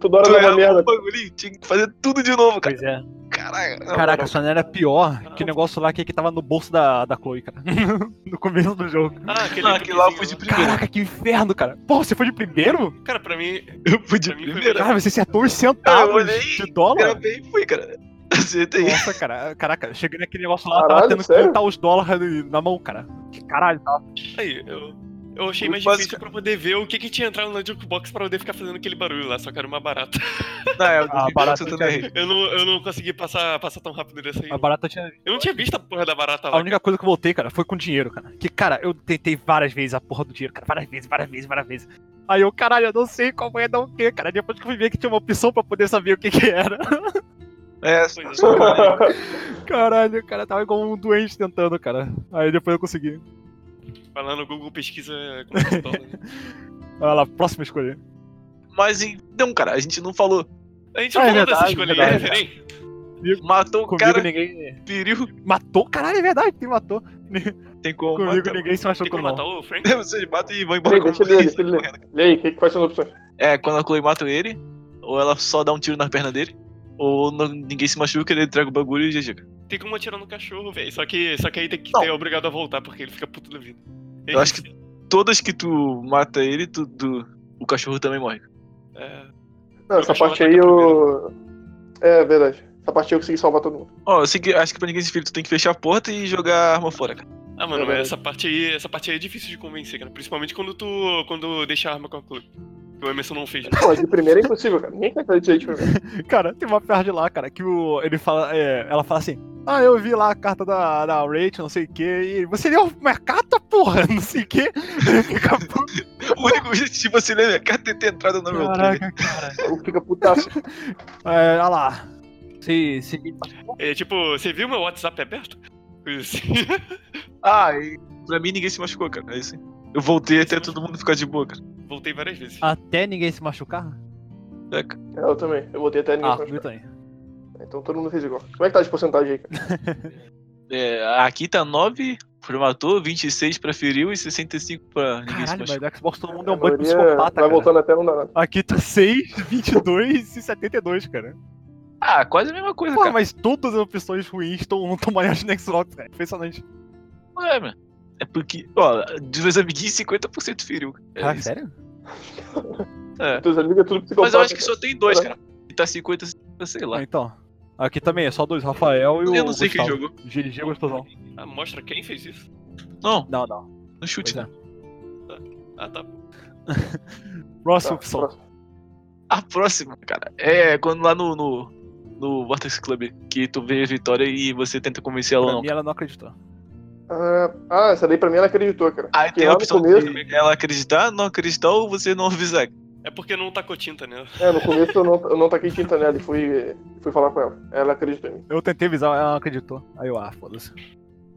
S2: toda hora
S3: Tu
S2: dava
S3: errava
S2: merda.
S3: o bagulho, tinha que fazer tudo de novo, cara.
S1: Pois é.
S3: Caraca. na
S1: Caraca,
S3: moral.
S1: só não era pior que o negócio lá que, que tava no bolso da, da Chloe, cara. no começo do jogo.
S4: Ah, aquele, né?
S3: Ah, aquele lá eu fui de
S4: truquezinho
S3: primeira.
S1: Caraca, que inferno, cara. Pô, você foi de primeiro?
S4: Cara, pra mim,
S3: Eu fui de
S4: pra mim foi
S3: primeira.
S1: Cara, você acertou os
S3: Eu
S1: centavos
S3: olhei,
S1: de dólar.
S3: Gravei e fui, cara. Acertei.
S1: Nossa, cara, caraca, cheguei naquele negócio lá, tava
S2: Caralho,
S1: tendo que
S2: sério?
S1: contar os dólares na mão, cara. Que Caralho, tava.
S4: Aí, eu, eu achei
S3: Muito
S4: mais
S3: fácil,
S4: difícil pra poder ver o que que tinha entrado na jukebox pra poder ficar fazendo aquele barulho lá, só que era uma barata.
S3: Não, é o
S1: Ah, barato,
S3: eu também errei.
S4: Eu não, eu não consegui passar, passar tão rápido dessa aí.
S1: A
S4: não.
S1: barata tinha.
S4: Eu não tinha visto a porra da barata
S1: A
S4: lá.
S1: única coisa que eu voltei, cara, foi com dinheiro, cara. Que, cara, eu tentei várias vezes a porra do dinheiro, cara. Várias vezes, várias vezes, várias vezes. Aí eu, caralho, eu não sei qual vai dar o quê, cara. Depois que eu fui ver que tinha uma opção pra poder saber o que que era.
S3: É,
S4: Pois é.
S3: só-
S1: Caralho, cara, tava igual um doente tentando, cara. Aí depois eu consegui.
S4: Vai lá no Google pesquisa como é que dólar.
S1: Olha lá, próxima escolha.
S3: Mas então, cara, a gente não falou.
S4: A gente
S1: Ah, é
S4: falou dessa
S1: verdade,
S4: escolha aí,
S1: verdade.
S4: né, Ferém?
S3: Matou o
S1: Comigo
S3: cara,
S1: ninguém.
S3: perigo.
S1: Matou? Caralho, é verdade, quem matou?
S3: Tem como
S1: Comigo
S3: matar.
S1: ninguém se
S4: Tem
S1: machucou,
S4: como
S1: não.
S4: matar o Frank?
S3: É, Vocês matam e vão embora
S2: Peraí, deixa
S3: com
S2: ele ler, deixa ele ler. Lê aí, que- quais são as opções?
S3: É, quando a Chloe mata ele, ou ela só dá um tiro na perna dele, ou não- ninguém se machuca, ele entrega o bagulho e GG. cara.
S4: Tem como atirar no cachorro, velho. Só que, só que aí tem que
S3: Não.
S4: ter obrigado a voltar, porque ele fica puto da vida.
S3: Eu acho que todas que tu mata ele, tu, tu- o cachorro também morre.
S4: É,
S2: Não, essa
S4: acho que eu
S2: parte
S4: vou
S2: aí eu.
S4: atacar
S2: É verdade. Essa parte aí eu consegui salvar todo mundo.
S3: Ó, eu sei que acho que pra ninguém se ferir, tu tem que fechar a porta e jogar a arma fora, cara.
S4: Ah,
S2: É
S4: mano, mas
S2: verdade.
S4: essa parte aí, essa parte aí é difícil de convencer, cara. Principalmente quando tu quando deixa a arma com a Chloe. Que o Emerson não fez. né?
S2: Não, mas de primeira é impossível, cara. Ninguém quer fazer direito de primeira.
S1: Cara, tem uma parte lá, cara, que o, ele fala, é, ela fala assim, ah, eu vi lá a carta da, da Rachel, não sei o quê, e você leu uma carta, porra, não sei o quê. Ele fica puto.
S3: O único objetivo assim, né? é cara ter ter entrado no meu trailer.
S1: Caraca, cara.
S2: O maluco fica putaço.
S1: É, olha lá. Se, se...
S4: É tipo, você viu meu WhatsApp aberto? Coisa assim.
S3: Ah, e pra mim ninguém se machucou, cara. É isso aí. Eu voltei até todo mundo ficar de boa, cara.
S4: Voltei várias vezes.
S1: Até ninguém se machucar?
S3: É, cara.
S2: É, eu também. Eu voltei até ninguém.
S1: Ah,
S2: pra
S1: eu
S2: machucar.
S1: também.
S2: Então todo mundo fez igual. Como é que tá de porcentagem aí, cara?
S3: É, aqui tá 9 pro matou, 26 pra feriu e 65 pra ninguém se
S1: Caralho,
S3: machucou.
S1: mas o Xbox todo mundo é
S2: A
S1: um bando de
S2: maioria
S1: psicopata,
S2: Vai
S1: cara.
S2: voltando até não dá nada.
S1: Aqui tá 6, 22 e 72, cara.
S3: Ah, quase a mesma coisa,
S1: Pô,
S3: cara.
S1: mas todas as opções ruins estão maiores no Xbox, cara. Impressionante.
S3: É, mano. É porque, ó, dos meus amiguinhos, 50% feriu. É
S1: Caraca,
S3: isso.
S1: Ah, sério?
S3: É.
S2: Teus amigos é tudo psicopata.
S3: Mas eu acho que
S2: cara.
S3: só tem dois, cara. E tá 50, sei lá.
S1: Ah, então. Aqui também é só dois, Rafael e o
S3: Eu não sei quem
S1: Gustavo.
S3: jogou.
S1: GG ou explosão.
S4: Ah, mostra quem fez isso.
S3: Não,
S1: Não, não.
S3: no chute,
S1: Pois é.
S3: né?
S4: Ah, tá.
S1: Próxima
S2: Tá,
S1: opção.
S2: próximo.
S3: A próxima, cara, é quando lá no, no, no Vortex Club, que tu vê a vitória e você tenta convencer ela ou
S1: Pra
S3: não.
S1: mim ela não acreditou.
S2: Ah, ah, essa daí pra mim ela acreditou, cara.
S3: Aí tem
S2: lá
S3: Ah, a
S2: no
S3: opção
S2: começo-
S3: de ela acreditar, não acreditar ou você não avisar.
S4: É porque não tacou tinta, né?
S2: É, no começo eu não, eu não taquei tinta nela e fui, fui falar com ela. Ela acreditou em mim.
S1: Eu tentei avisar, ela não acreditou. Aí eu, ah, foda-se.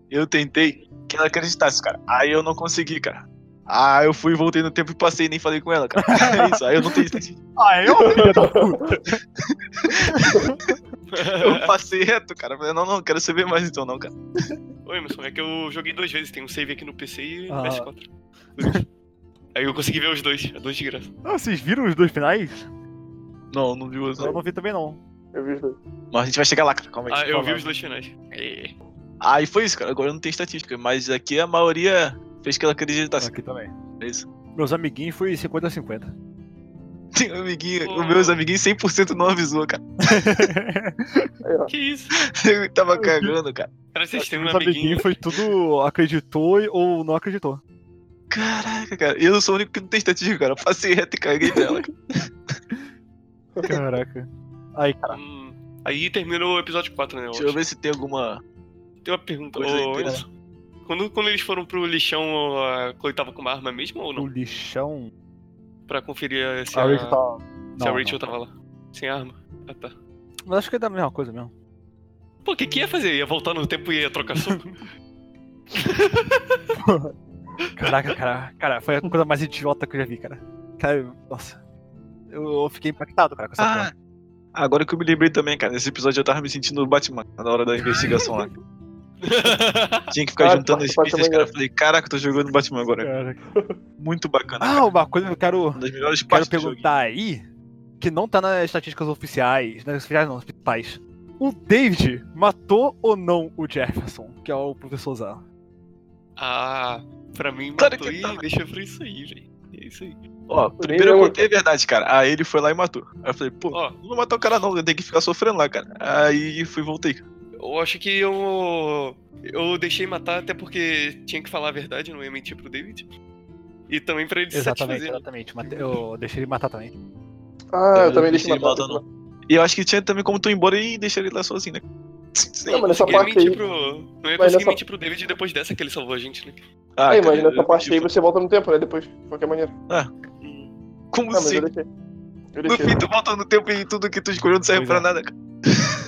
S3: Eu tentei que ela acreditasse, cara. Aí eu não consegui, cara. Ah, eu fui, voltei no tempo e passei e nem falei com ela, Ah, cara. É isso, aí eu não tenho
S1: Ah, eu?
S3: Eu passei reto, cara. Falei, não, não, quero saber mais então, não, cara.
S4: Ô, Emerson, é que eu joguei duas vezes. Tem um save aqui no PC e no
S1: Ah.
S4: PS4. Aí eu consegui ver os dois. É dois de graça.
S1: Ah, vocês viram os dois finais?
S3: Não, não viu.
S1: Eu não vi também não.
S2: Eu vi os dois.
S3: Mas a gente vai chegar lá, cara. Calma aí.
S4: Ah, eu vi
S1: falando.
S4: os dois finais. É.
S3: Aí foi isso, cara. Agora não tem estatística, mas aqui a maioria fez que ela acreditasse.
S1: Aqui também.
S3: É isso.
S1: Meus amiguinhos foi 50 a 50.
S3: Tem um amiguinho, os meus amiguinhos 100% não avisou, cara.
S2: Aí, ó.
S4: Que isso?
S3: Eu tava cagando, cara.
S4: Cara, vocês têm um
S1: Meus
S4: amiguinho.
S1: amiguinhos foi tudo acreditou ou não acreditou.
S3: Caraca, cara. E eu não sou o único que não tem estatística, cara. Eu passei reto e caguei dela.
S1: Caraca. Aí, cara.
S4: Hum, aí terminou o episódio 4, né? eu
S3: Deixa eu
S4: acho.
S3: ver se tem alguma.
S4: Tem uma pergunta.
S3: Coisa
S4: Ô,
S3: inteira.
S4: Anderson, quando, quando eles foram pro lixão, a Chloe tava com uma arma mesmo ou
S1: O
S4: não?
S1: lixão.
S3: Hum.
S4: Pra conferir eh, se
S1: A
S4: a,
S1: Rachel tá.
S4: se a
S1: Não,
S4: Rachel
S1: não.
S4: tava lá. Sem arma. Ah, tá.
S1: Mas acho que é da mesma coisa mesmo.
S4: Pô, o que, que ia fazer? Ia voltar no tempo e ia trocar soco?
S1: Caraca, cara. Cara, foi a coisa mais idiota que eu já vi, cara. Cara, eu- nossa. Eu, eu fiquei impactado, cara, com essa
S3: Ah!
S1: porra.
S3: Agora que eu me lembrei também, cara. Nesse episódio eu tava me sentindo o Batman na hora da investigação lá. Tinha que ficar
S1: Ah,
S2: Cara,
S1: tá,
S3: juntando as
S2: Batman
S3: pistas, cara.
S2: é-
S3: Falei, caraca, eu tô jogando Batman agora.
S1: Caraca.
S3: Muito bacana.
S1: Ah, uma coisa que eu quero,
S3: Uma das melhores
S1: quero
S3: partes do jogo.
S1: perguntar aí, que não tá nas estatísticas oficiais, nas oficiais não, nas principais. O David matou ou não o Jefferson, que é o professor Zan?
S4: ah, pra mim
S3: Claro
S4: matou
S3: que
S4: e
S3: tá.
S4: deixa pra isso aí, velho. É isso aí.
S3: Ó, primeiro eu contei a verdade, cara. Aí ele foi lá e matou. Aí eu falei, pô,
S4: Ó,
S3: não vou matar o cara não, eu tenho que ficar sofrendo lá, cara. Aí fui e voltei.
S4: eu acho que eu. Eu deixei matar até porque tinha que falar a verdade, não ia mentir pro David. E também pra ele se
S1: Exatamente,
S4: satisfazer. né?
S1: exatamente. Mate- Eu deixei ele matar também.
S2: Ah, eu também
S3: não
S2: deixei
S3: deixei ele
S2: matar.
S3: matar, não. E eu acho que tinha também como tu ir embora e deixar ele lá sozinho, né?
S2: Não, mas nessa
S4: Não ia
S2: parte
S4: mentir
S2: aí.
S3: tipo,
S4: pro- Não ia
S2: Mas
S4: conseguir
S2: nessa-
S4: mentir pro David depois dessa que ele salvou a gente, né?
S3: Ah,
S2: Aí,
S3: cara,
S2: mas nessa
S3: eu-
S2: parte aí você volta no tempo, né? Depois, de qualquer maneira.
S3: Como
S2: Ah, mas
S3: assim?
S2: eu deixei. Eu
S3: No
S2: deixei.
S3: fim, tu volta no tempo e tudo que tu escolheu não serve
S1: Pois
S3: pra
S1: é.
S3: nada, cara.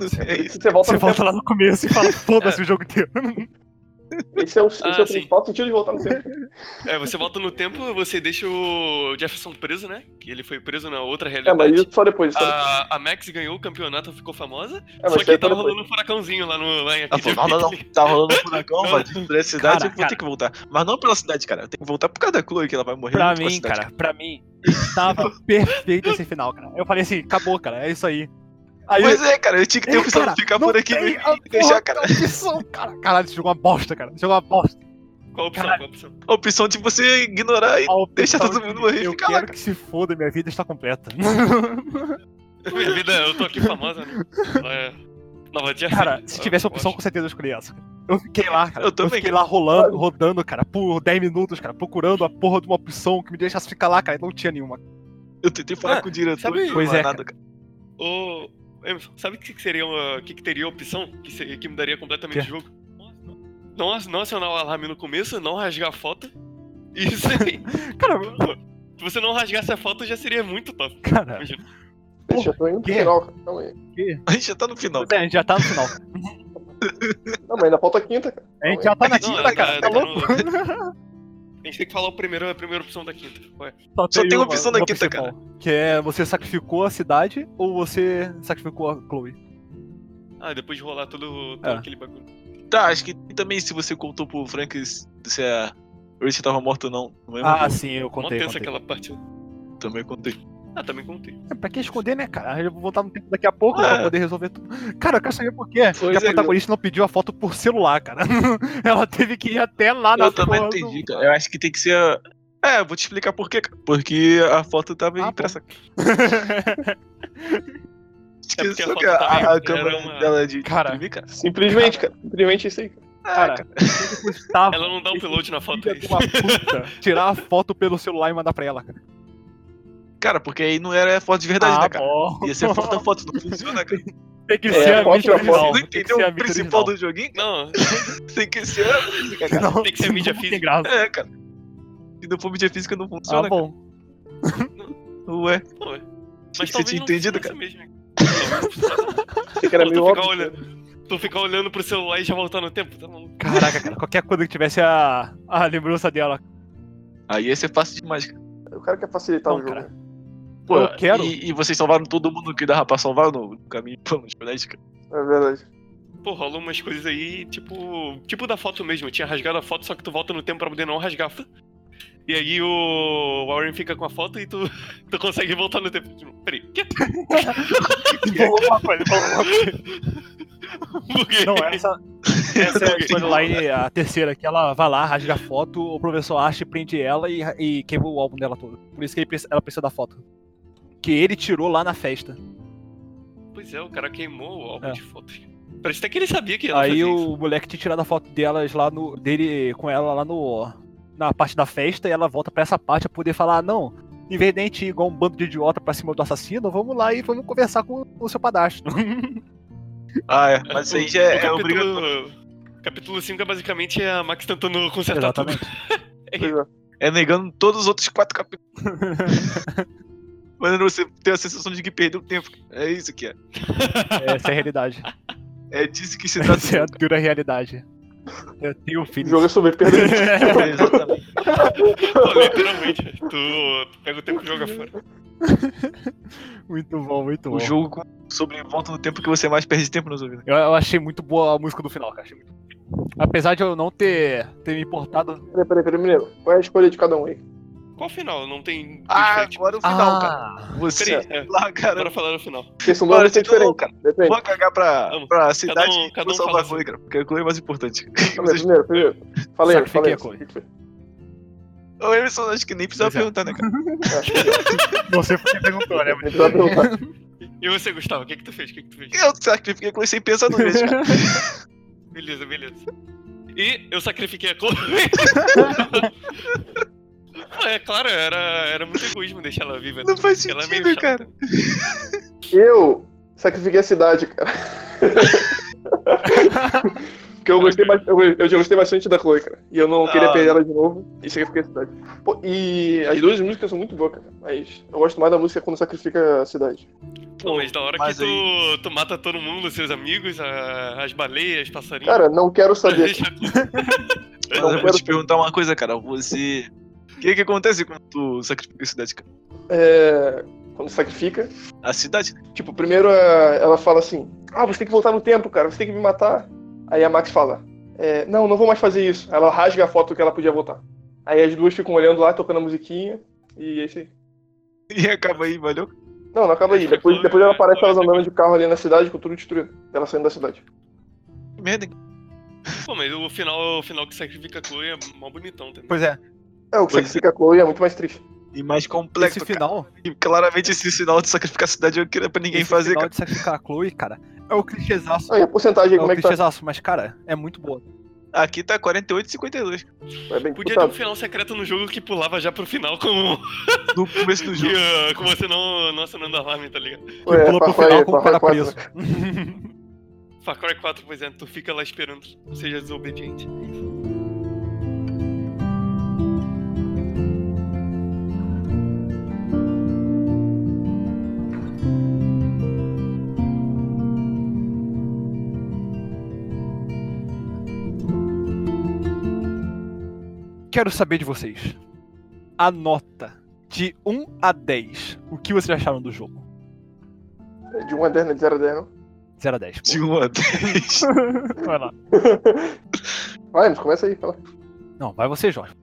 S3: Não sei, é isso.
S2: Você volta
S1: Você
S2: no tempo.
S1: volta lá no começo e
S3: É.
S1: fala, foda-se o jogo inteiro.
S2: Esse é o, esse
S4: Ah,
S2: é o
S4: sim.
S2: principal sentido de voltar no tempo.
S4: É, você volta no tempo, você deixa o Jefferson preso, né? Que ele foi preso na outra
S2: É, mas
S4: realidade.
S2: isso só depois.
S3: Ah,
S2: Só depois.
S4: a, a Max ganhou o campeonato, ficou famosa.
S2: É, mas isso
S4: só
S2: aí
S4: que
S2: é só
S4: tava
S2: depois.
S4: rolando um furacãozinho lá no lá em
S3: Ah, pô, não, não, não. Tá rolando um furacão,
S4: Não.
S3: vai destruir a cidade,
S1: Cara,
S3: eu vou ter que voltar. Mas não pela cidade, cara. Eu tenho que voltar por causa da Chloe, que ela vai morrer
S1: Pra
S3: junto com a
S1: mim,
S3: cidade,
S1: cara, pra mim, tava perfeito esse final, cara. Eu falei assim, acabou, cara, é isso aí. Aí
S3: Pois é, cara, eu tinha que ter
S1: Ei,
S3: opção
S1: cara,
S3: de ficar
S1: não
S3: por aqui
S1: tem
S3: mesmo
S1: a
S3: e deixar,
S1: porra
S3: cara.
S1: opção, cara. Caralho, esse jogo é uma bosta, cara. Esse jogo é uma bosta.
S4: Qual a opção?
S1: Caralho.
S4: Qual a opção?
S3: A opção de você ignorar e
S1: A opção
S3: deixar todo
S1: de-
S3: mundo morrer e
S1: Eu
S3: ficar
S1: quero
S3: lá, cara.
S1: que se foda, minha vida está completa.
S4: Minha vida, eu tô aqui famosa, né? É, Nova Jersey.
S1: Cara, se tivesse a opção, com certeza eu escolhi essa. cara. Eu fiquei lá, cara.
S3: Eu também,
S1: fiquei lá rolando, rodando, cara, por 10 minutos, cara, procurando a porra de uma opção que me deixasse ficar lá, cara, e não tinha nenhuma.
S3: Eu tentei falar
S4: Ah,
S3: com o diretor
S4: sabe-
S3: não
S1: Pois
S3: fala
S1: é,
S3: nada, cara.
S4: Ô, Emerson, sabe o que, que seria uma, que, que teria opção que, se- que mudaria completamente
S1: Quê?
S4: o jogo? Não, ac- não acionar o alarme no começo, não rasgar a foto. Isso aí.
S1: Cara,
S4: Pô, Se você não rasgasse a foto, já seria muito top.
S1: cara,
S4: Imagina.
S2: Deixa, eu tô indo pro
S1: quê?
S2: final, cara. Calma aí.
S3: A gente já tá no final.
S1: a gente já tá no final. cara.
S2: Não, mas ainda falta a quinta, cara.
S1: A gente já tá na
S4: Não,
S1: quinta,
S4: é,
S1: cara.
S4: é,
S1: Tá
S4: tá no-
S1: louco?
S4: A gente tem que falar o primeiro, a primeira opção da quinta. é? Ué.
S3: Só tem uma opção da quinta, cara.
S1: principal, Que é você sacrificou a cidade ou você sacrificou a Chloe.
S4: Ah, depois de rolar todo, todo
S1: É.
S4: aquele bagulho.
S3: Tá, acho que também se você contou pro Frank se se a Rachel tava morta ou não. Também,
S1: Ah, sim, eu
S4: Mó
S1: contei.
S4: tensa
S1: contei.
S4: aquela partida.
S3: também contei.
S4: Ah, também contei.
S1: É, pra que esconder, né, cara? Eu vou voltar no tempo daqui a pouco
S3: É.
S1: pra poder resolver tudo. Cara, eu quero saber por quê
S3: Pois
S1: que a
S3: é,
S1: protagonista não pediu a foto por celular, cara. Ela teve que ir até
S4: Ah,
S1: lá na
S3: eu
S4: tá
S3: também
S1: porra do-
S3: entendi, cara. Eu acho que tem que ser. a- É, eu vou te explicar por quê, cara. Porque a foto tava
S1: Ah,
S3: impressa.
S4: É porque a
S3: Esqueceu
S4: foto
S3: que a,
S4: tava-
S3: a,
S4: era
S3: câmera
S4: uma-
S3: dela de de
S1: Cara.
S3: imprimir, cara.
S2: Simplesmente, cara. Simplesmente isso aí. Cara.
S3: Ah,
S1: Cara,
S3: cara.
S1: Gustavo,
S4: Ela não dá upload na foto,
S1: filha
S4: é
S1: de
S4: isso.
S1: uma puta, tirar a foto pelo celular e mandar pra ela, cara.
S3: Cara, porque aí não era foto de verdade,
S4: Ah,
S3: né, cara?
S1: Ah, bom.
S3: Ia ser foto a foto, não funciona, cara.
S1: Tem que
S2: É,
S1: ser a
S2: foto
S1: mídia
S2: da foto.
S1: original.
S3: Não
S1: tem que
S3: entendeu
S1: ser a
S3: o
S1: mídia original.
S3: principal do joguinho?
S4: Não,
S3: Tem que ser a música, cara.
S1: Não,
S4: Tem que ser a mídia
S1: não
S4: física.
S1: Tem graça.
S3: É, cara. Se não for mídia física, não
S1: Ah,
S3: funciona, é. cara.
S1: bom.
S3: Ué. Achei
S4: é. mas
S3: que você
S4: talvez
S3: tinha
S4: não
S3: entendido,
S4: fosse
S3: cara.
S4: mesmo. Não,
S2: Achei que era
S4: tu
S2: é meio
S4: ficar
S2: óbvio.
S4: olhando. Tu ficar olhando pro celular e já voltar no tempo, tá maluco?
S1: Caraca, cara, qualquer coisa que tivesse a, a lembrança dela.
S3: Aí ia ser fácil demais, cara.
S2: O cara quer facilitar
S1: Não,
S2: o jogo.
S1: cara.
S2: né?
S3: Pô,
S1: Eu quero.
S3: E, e vocês salvaram todo mundo que dava pra salvar no, no caminho. Vamos, verdade, cara.
S2: É verdade.
S4: Pô, rola umas coisas aí, tipo. Tipo da foto mesmo. Eu tinha rasgado a foto, só que tu volta no tempo pra poder não rasgar. a foto. E aí o Warren fica com a foto e tu, tu consegue voltar no tempo de novo. Peraí, que?
S1: Vou- uma coisa, vou- uma coisa.
S4: Buguei.
S1: Não, é. essa, essa é a storyline, a terceira, que ela vai lá, rasga a foto, o professor acha, e prende ela e, e queima o álbum dela todo. Por isso que ele precisa- ela precisa da foto. Que ele tirou lá na festa.
S4: Pois é, o cara queimou o álbum
S1: É.
S4: de fotos. Parece até que ele sabia que ela
S1: Aí
S4: fazia
S1: o moleque tinha tirado a foto delas lá no. dele com ela lá no. na parte da festa e ela volta pra essa parte pra poder falar, "Ah, não. Em vez de a gente ir igual um bando de idiota pra cima do assassino, vamos lá e vamos conversar com o seu padastro.
S3: Ah, é. Mas isso aí já
S4: O
S3: é, é obrigatório.
S4: capítulo... Capítulo 5 é basicamente a Max tentando consertar tá tudo.
S2: Pois é.
S3: É negando todos os outros quatro capítulos. Mano, você tem a sensação de que perdeu tempo. É isso que é.
S1: Essa é a realidade.
S3: É disso que se
S1: Essa é a
S3: trata.
S1: dura realidade. Eu tenho um
S2: O
S1: filho.
S2: jogo é sobre perda.
S3: Exatamente.
S4: Pô, literalmente. Tu, tu pega o tempo e joga fora.
S1: Muito bom, muito bom.
S3: O jogo com- sobre volta no tempo que você mais perde tempo nos ouvidos.
S1: Eu, eu achei muito boa a música do final, cara. Achei muito... Apesar de eu não ter, ter me importado.
S2: Peraí, peraí, peraí, menino. Qual é a escolha de cada um aí?
S4: Qual o final? Não tem.
S3: Ah,
S4: tem
S3: agora o final, cara. Você
S4: Peraí, é,
S3: lá, cara.
S4: bora falar no final.
S2: Porque são
S3: Mano,
S2: nomes
S3: você não,
S2: diferentes.
S3: cara.
S2: Depende.
S3: Vou cagar pra,
S4: Vamos.
S3: pra cidade
S4: um- cada
S3: e vou
S4: um
S3: salvar
S4: fala
S3: a Chloe, cara. Porque a Chloe é mais importante.
S2: Calma aí, Primeiro, primeiro. Fala aí, fala aí.
S1: Sacrifiquei
S3: O Emerson acho que nem precisava
S1: Pois é.
S3: perguntar, né, cara?
S1: Não sei porque perguntou, né?
S2: Ele vai perguntar.
S4: E você, Gustavo, o que, que tu fez? O que, que tu fez?
S3: Eu sacrifiquei a Chloe sem pensar no mês, cara.
S4: Beleza, beleza. E eu sacrifiquei a Chloe. Pô, é claro, era, era muito egoísmo deixar ela viva.
S3: Não faz
S4: Ela é meio
S3: sentido,
S4: chata.
S3: cara.
S2: Eu sacrifiquei a cidade, cara. Porque eu gostei, ba- eu, eu já gostei bastante da Chloe, cara. E eu não queria
S3: Ah.
S2: perder ela de novo. E sacrifiquei a cidade. Pô, e as duas músicas são muito boas, cara. Mas eu gosto mais da música quando sacrifica a cidade.
S4: Pô, mas da hora
S3: mas
S4: que tu, tu mata todo mundo, seus amigos, a- as baleias, passarinhos.
S2: Cara, não quero saber.
S4: deixa a Chloe-
S3: Mas
S2: Não,
S3: eu vou
S2: quero-
S3: te perguntar uma coisa, cara. Você. O que que acontece quando tu sacrifica a cidade, cara?
S2: É, quando sacrifica.
S3: A cidade? né?
S2: Tipo, primeiro a- ela fala assim: Ah, você tem que voltar no tempo, cara, você tem que me matar. Aí a Max fala: é, Não, não vou mais fazer isso. Ela rasga a foto que ela podia voltar. Aí as duas ficam olhando lá, tocando a musiquinha. E é isso aí.
S3: E acaba aí, valeu?
S2: Não, não acaba aí. Depois, depois ela aparece elas andando de carro ali na cidade com tudo destruído. Ela saindo da cidade.
S3: Que Merda, hein?
S4: Pô, mas o final, o final que sacrifica a Chloe é mó bonitão também.
S1: Pois é,
S2: É, o que sacrifica a Chloe é muito mais triste.
S3: E mais
S1: esse
S3: complexo, cara.
S1: final,
S3: E claramente esse sinal de sacrificar a cidade eu queria pra ninguém
S1: esse
S3: fazer,
S1: final
S3: cara.
S1: de sacrificar a Chloe, cara, é o clichêzaço.
S2: Ah, e a porcentagem aí,
S1: É
S2: como
S1: o
S2: é que tá?
S1: clichêzaço, mas, cara, é muito boa.
S3: Aqui tá 48,52.
S2: É bem
S4: Podia ter um
S2: disputado.
S4: final secreto no jogo que pulava já pro final com,
S3: No começo do
S4: que,
S3: jogo.
S4: ah, com você não, não acionando alarme, tá ligado?
S2: Pô, é,
S1: pulou pro
S2: Far Cry-
S1: final com o
S2: Far
S1: cara
S2: Cry 4,
S1: preso.
S2: né?
S4: Far Cry 4, por exemplo, tu fica lá esperando, seja desobediente.
S1: Quero saber de vocês. A nota de 1 a 10. O que vocês acharam do jogo?
S2: De 1 a 10, né? De 0 a 10, não.
S1: 0 a 10.
S3: De 1 a 10.
S1: pô. Vai lá.
S2: Vai, mas começa aí, fala.
S1: Não, vai você, Jorge.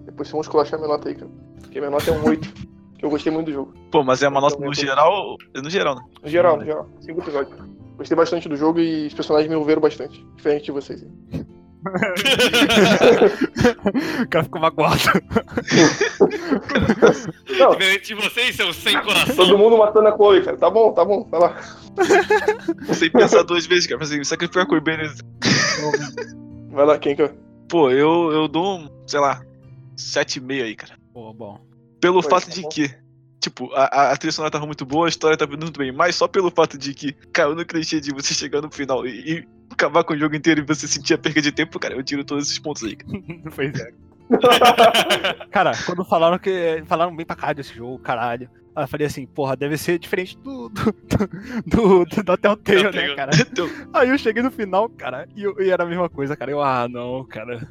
S2: Depois vocês vão esculachar minha nota aí, cara. Porque minha nota é um 8. que eu gostei muito do jogo.
S3: Pô, mas é uma nota no geral. No geral, né?
S2: No geral, no geral. Cinco episódios. Gostei bastante do jogo e os personagens me envolveram bastante. Diferente de vocês.
S1: O cara ficou magoado.
S2: Não,
S4: Diferente de vocês, seus sem coração.
S2: todo mundo matando a Chloe, cara. Tá bom, tá bom, vai lá.
S3: Sem pensar duas vezes, cara. Assim, sacrificar com beleza.
S2: Vai lá, quem que eu...
S3: Pô, eu, eu dou um, sei lá, 7,5 aí, cara.
S1: Pô, bom.
S3: Pelo
S2: Pois,
S3: fato
S2: tá
S3: de
S2: bom.
S3: que, tipo, a, a, a trilha sonora tava muito boa, a história tava indo muito bem, mas só pelo fato de que caiu no clichê de você chegar no final e, e acabar com o jogo inteiro e você sentir a perca de tempo, cara, eu tiro todos esses pontos aí. Cara.
S1: Pois é. Cara, quando falaram que. Falaram bem pra caralho desse jogo, caralho. Aí eu falei assim, porra, deve ser diferente do. do. do, do da Telltale, né,
S4: Telltale.
S1: cara?
S3: Então,
S1: Aí eu cheguei no final, cara, e, eu- e era a mesma coisa, cara. Eu, ah, não, cara.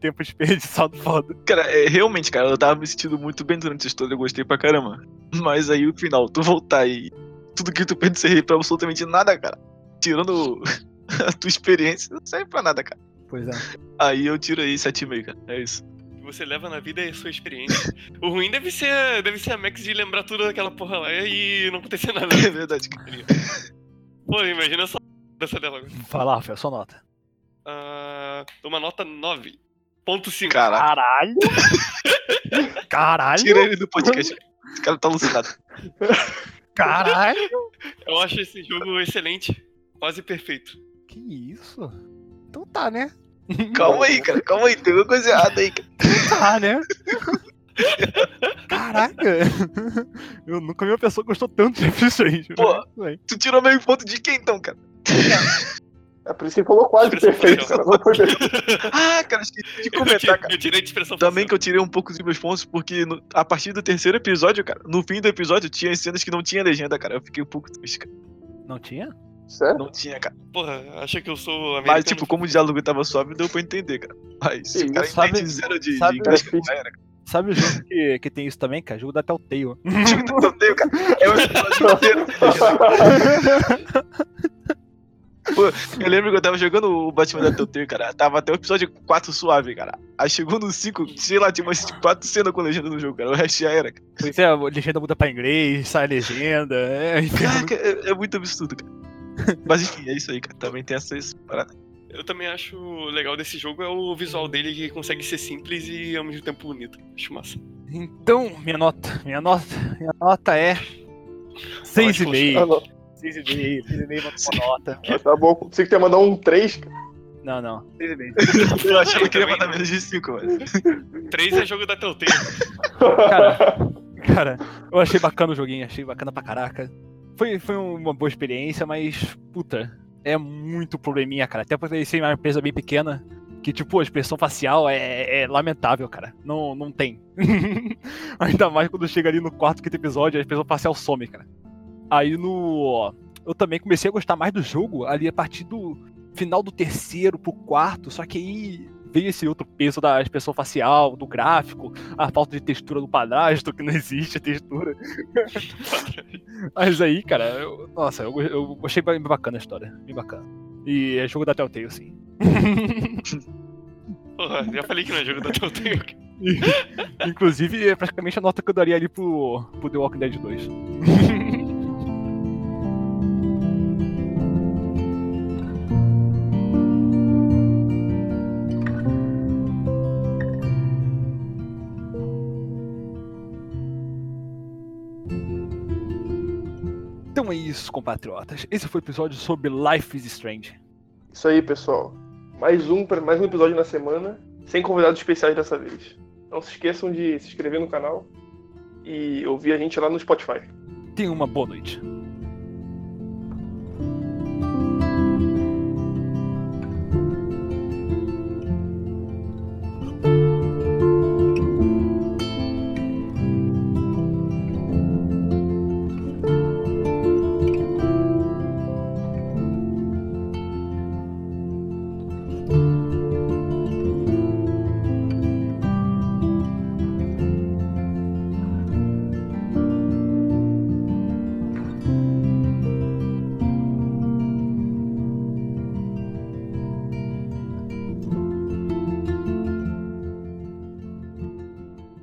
S1: Tempo desperdiçado foda.
S3: cara, é, realmente, cara, eu tava me sentindo muito bem durante a história, eu gostei pra caramba. Mas aí o final, tu voltar e tudo que tu perdeu servir pra absolutamente nada, cara. Tirando a tua experiência, não serve pra nada, cara.
S1: Pois é.
S3: Aí eu tiro aí 7,5, cara. É isso.
S4: que você leva na vida é a sua experiência. O ruim deve ser, deve ser a Max de lembrar tudo daquela porra lá e não acontecer nada.
S3: É verdade, cara.
S4: Pô, imagina essa dessa dela agora.
S1: Vai lá, Rafael, só nota.
S4: Ah, uma nota 9.5.
S3: Caraca,
S1: Caralho! Caralho!
S3: tira ele do podcast. Esse cara tá alucinado.
S1: Caralho!
S4: Eu acho esse jogo excelente, quase perfeito.
S1: Que isso? Então tá, né?
S3: Calma aí, cara. Calma aí. Tem alguma coisa errada aí, cara.
S1: Tá, né? Caraca! Eu nunca vi uma pessoa que gostou tanto de Efficient.
S3: Pô. Tu tirou meio ponto de quem então, cara?
S2: É por isso que ele falou quase
S4: Por isso
S2: perfeito,
S4: que
S2: cara. Não foi perfeito.
S3: Ah, cara, esqueci de
S4: Eu assim. ti-
S3: comentar, cara.
S4: Eu tirei de expressão
S3: Também que eu tirei um pouco dos meus pontos, porque no- a partir do terceiro episódio, cara, no fim do episódio, tinha cenas que não tinha legenda, cara. Eu fiquei um pouco triste, cara.
S1: Não tinha?
S2: Sério?
S3: Não tinha, cara.
S4: facial. Porra, acha que eu sou americano?
S3: Mas, tipo, como o diálogo tava suave, deu pra entender, cara. Mas, se
S2: Sim,
S3: o cara
S1: sabe-
S3: entende zero de,
S1: sabe-
S3: de né? inglês,
S2: Era
S3: cara, já era.
S1: Sabe o jogo que, que tem isso também, cara? Jogo da Telltale.
S3: O time do sorteio, cara. É o episódio inteiro. tá Eu lembro que eu tava jogando o Batman da Telltale, cara. Tava até o episódio 4 suave, cara. Aí chegou no 5, sei lá, tinha umas 4 cenas com legenda no jogo, cara. O resto já era, cara.
S1: Pois é, a legenda muda pra inglês, sai a legenda. É, enfim.
S3: Caraca, é, é muito absurdo, cara. Mas enfim, é isso aí, cara. Também tem essas paradas.
S4: Eu também acho legal desse jogo é o visual dele que consegue ser simples e ao mesmo tempo bonito. Acho massa.
S1: Então, minha nota, minha nota, minha nota é
S4: Ótimo,
S1: 6,5.
S2: Ah, não.
S1: 6,5, 6,5 nota uma nota.
S2: Tá bom, você que quer mandar um 3, cara.
S1: Não, não.
S3: Eu achava que ele ia mandar menos de 5, mano.
S4: 3 é jogo da Telltale.
S1: Cara, cara, eu achei bacana o joguinho, achei bacana pra caraca. Foi, foi uma boa experiência, mas, puta, é muito probleminha, cara. Até porque ser uma empresa bem pequena, que, tipo, a expressão facial é, é lamentável, cara. Não, não tem. Ainda mais quando chega ali no quarto, quinto episódio, a expressão facial some, cara. Aí no. Eu também comecei a gostar mais do jogo ali a partir do final do terceiro pro quarto, só que aí veio esse outro peso da expressão facial, do gráfico, a falta de textura do padrasto, que não existe a textura. Mas aí, cara, eu- nossa, eu, eu achei bem bacana a história, bem bacana. E é jogo da Telltale, sim.
S4: Porra, já falei que não é jogo da Telltale.
S1: Inclusive, é praticamente a nota que eu daria ali pro, pro The Walking Dead 2. Então é isso, compatriotas. Esse foi o episódio sobre Life is Strange.
S2: Isso aí, pessoal. Mais um, pra- mais um episódio na semana, sem convidados especiais dessa vez. Não se esqueçam de se inscrever no canal e ouvir a gente lá no Spotify.
S1: Tenha uma boa noite.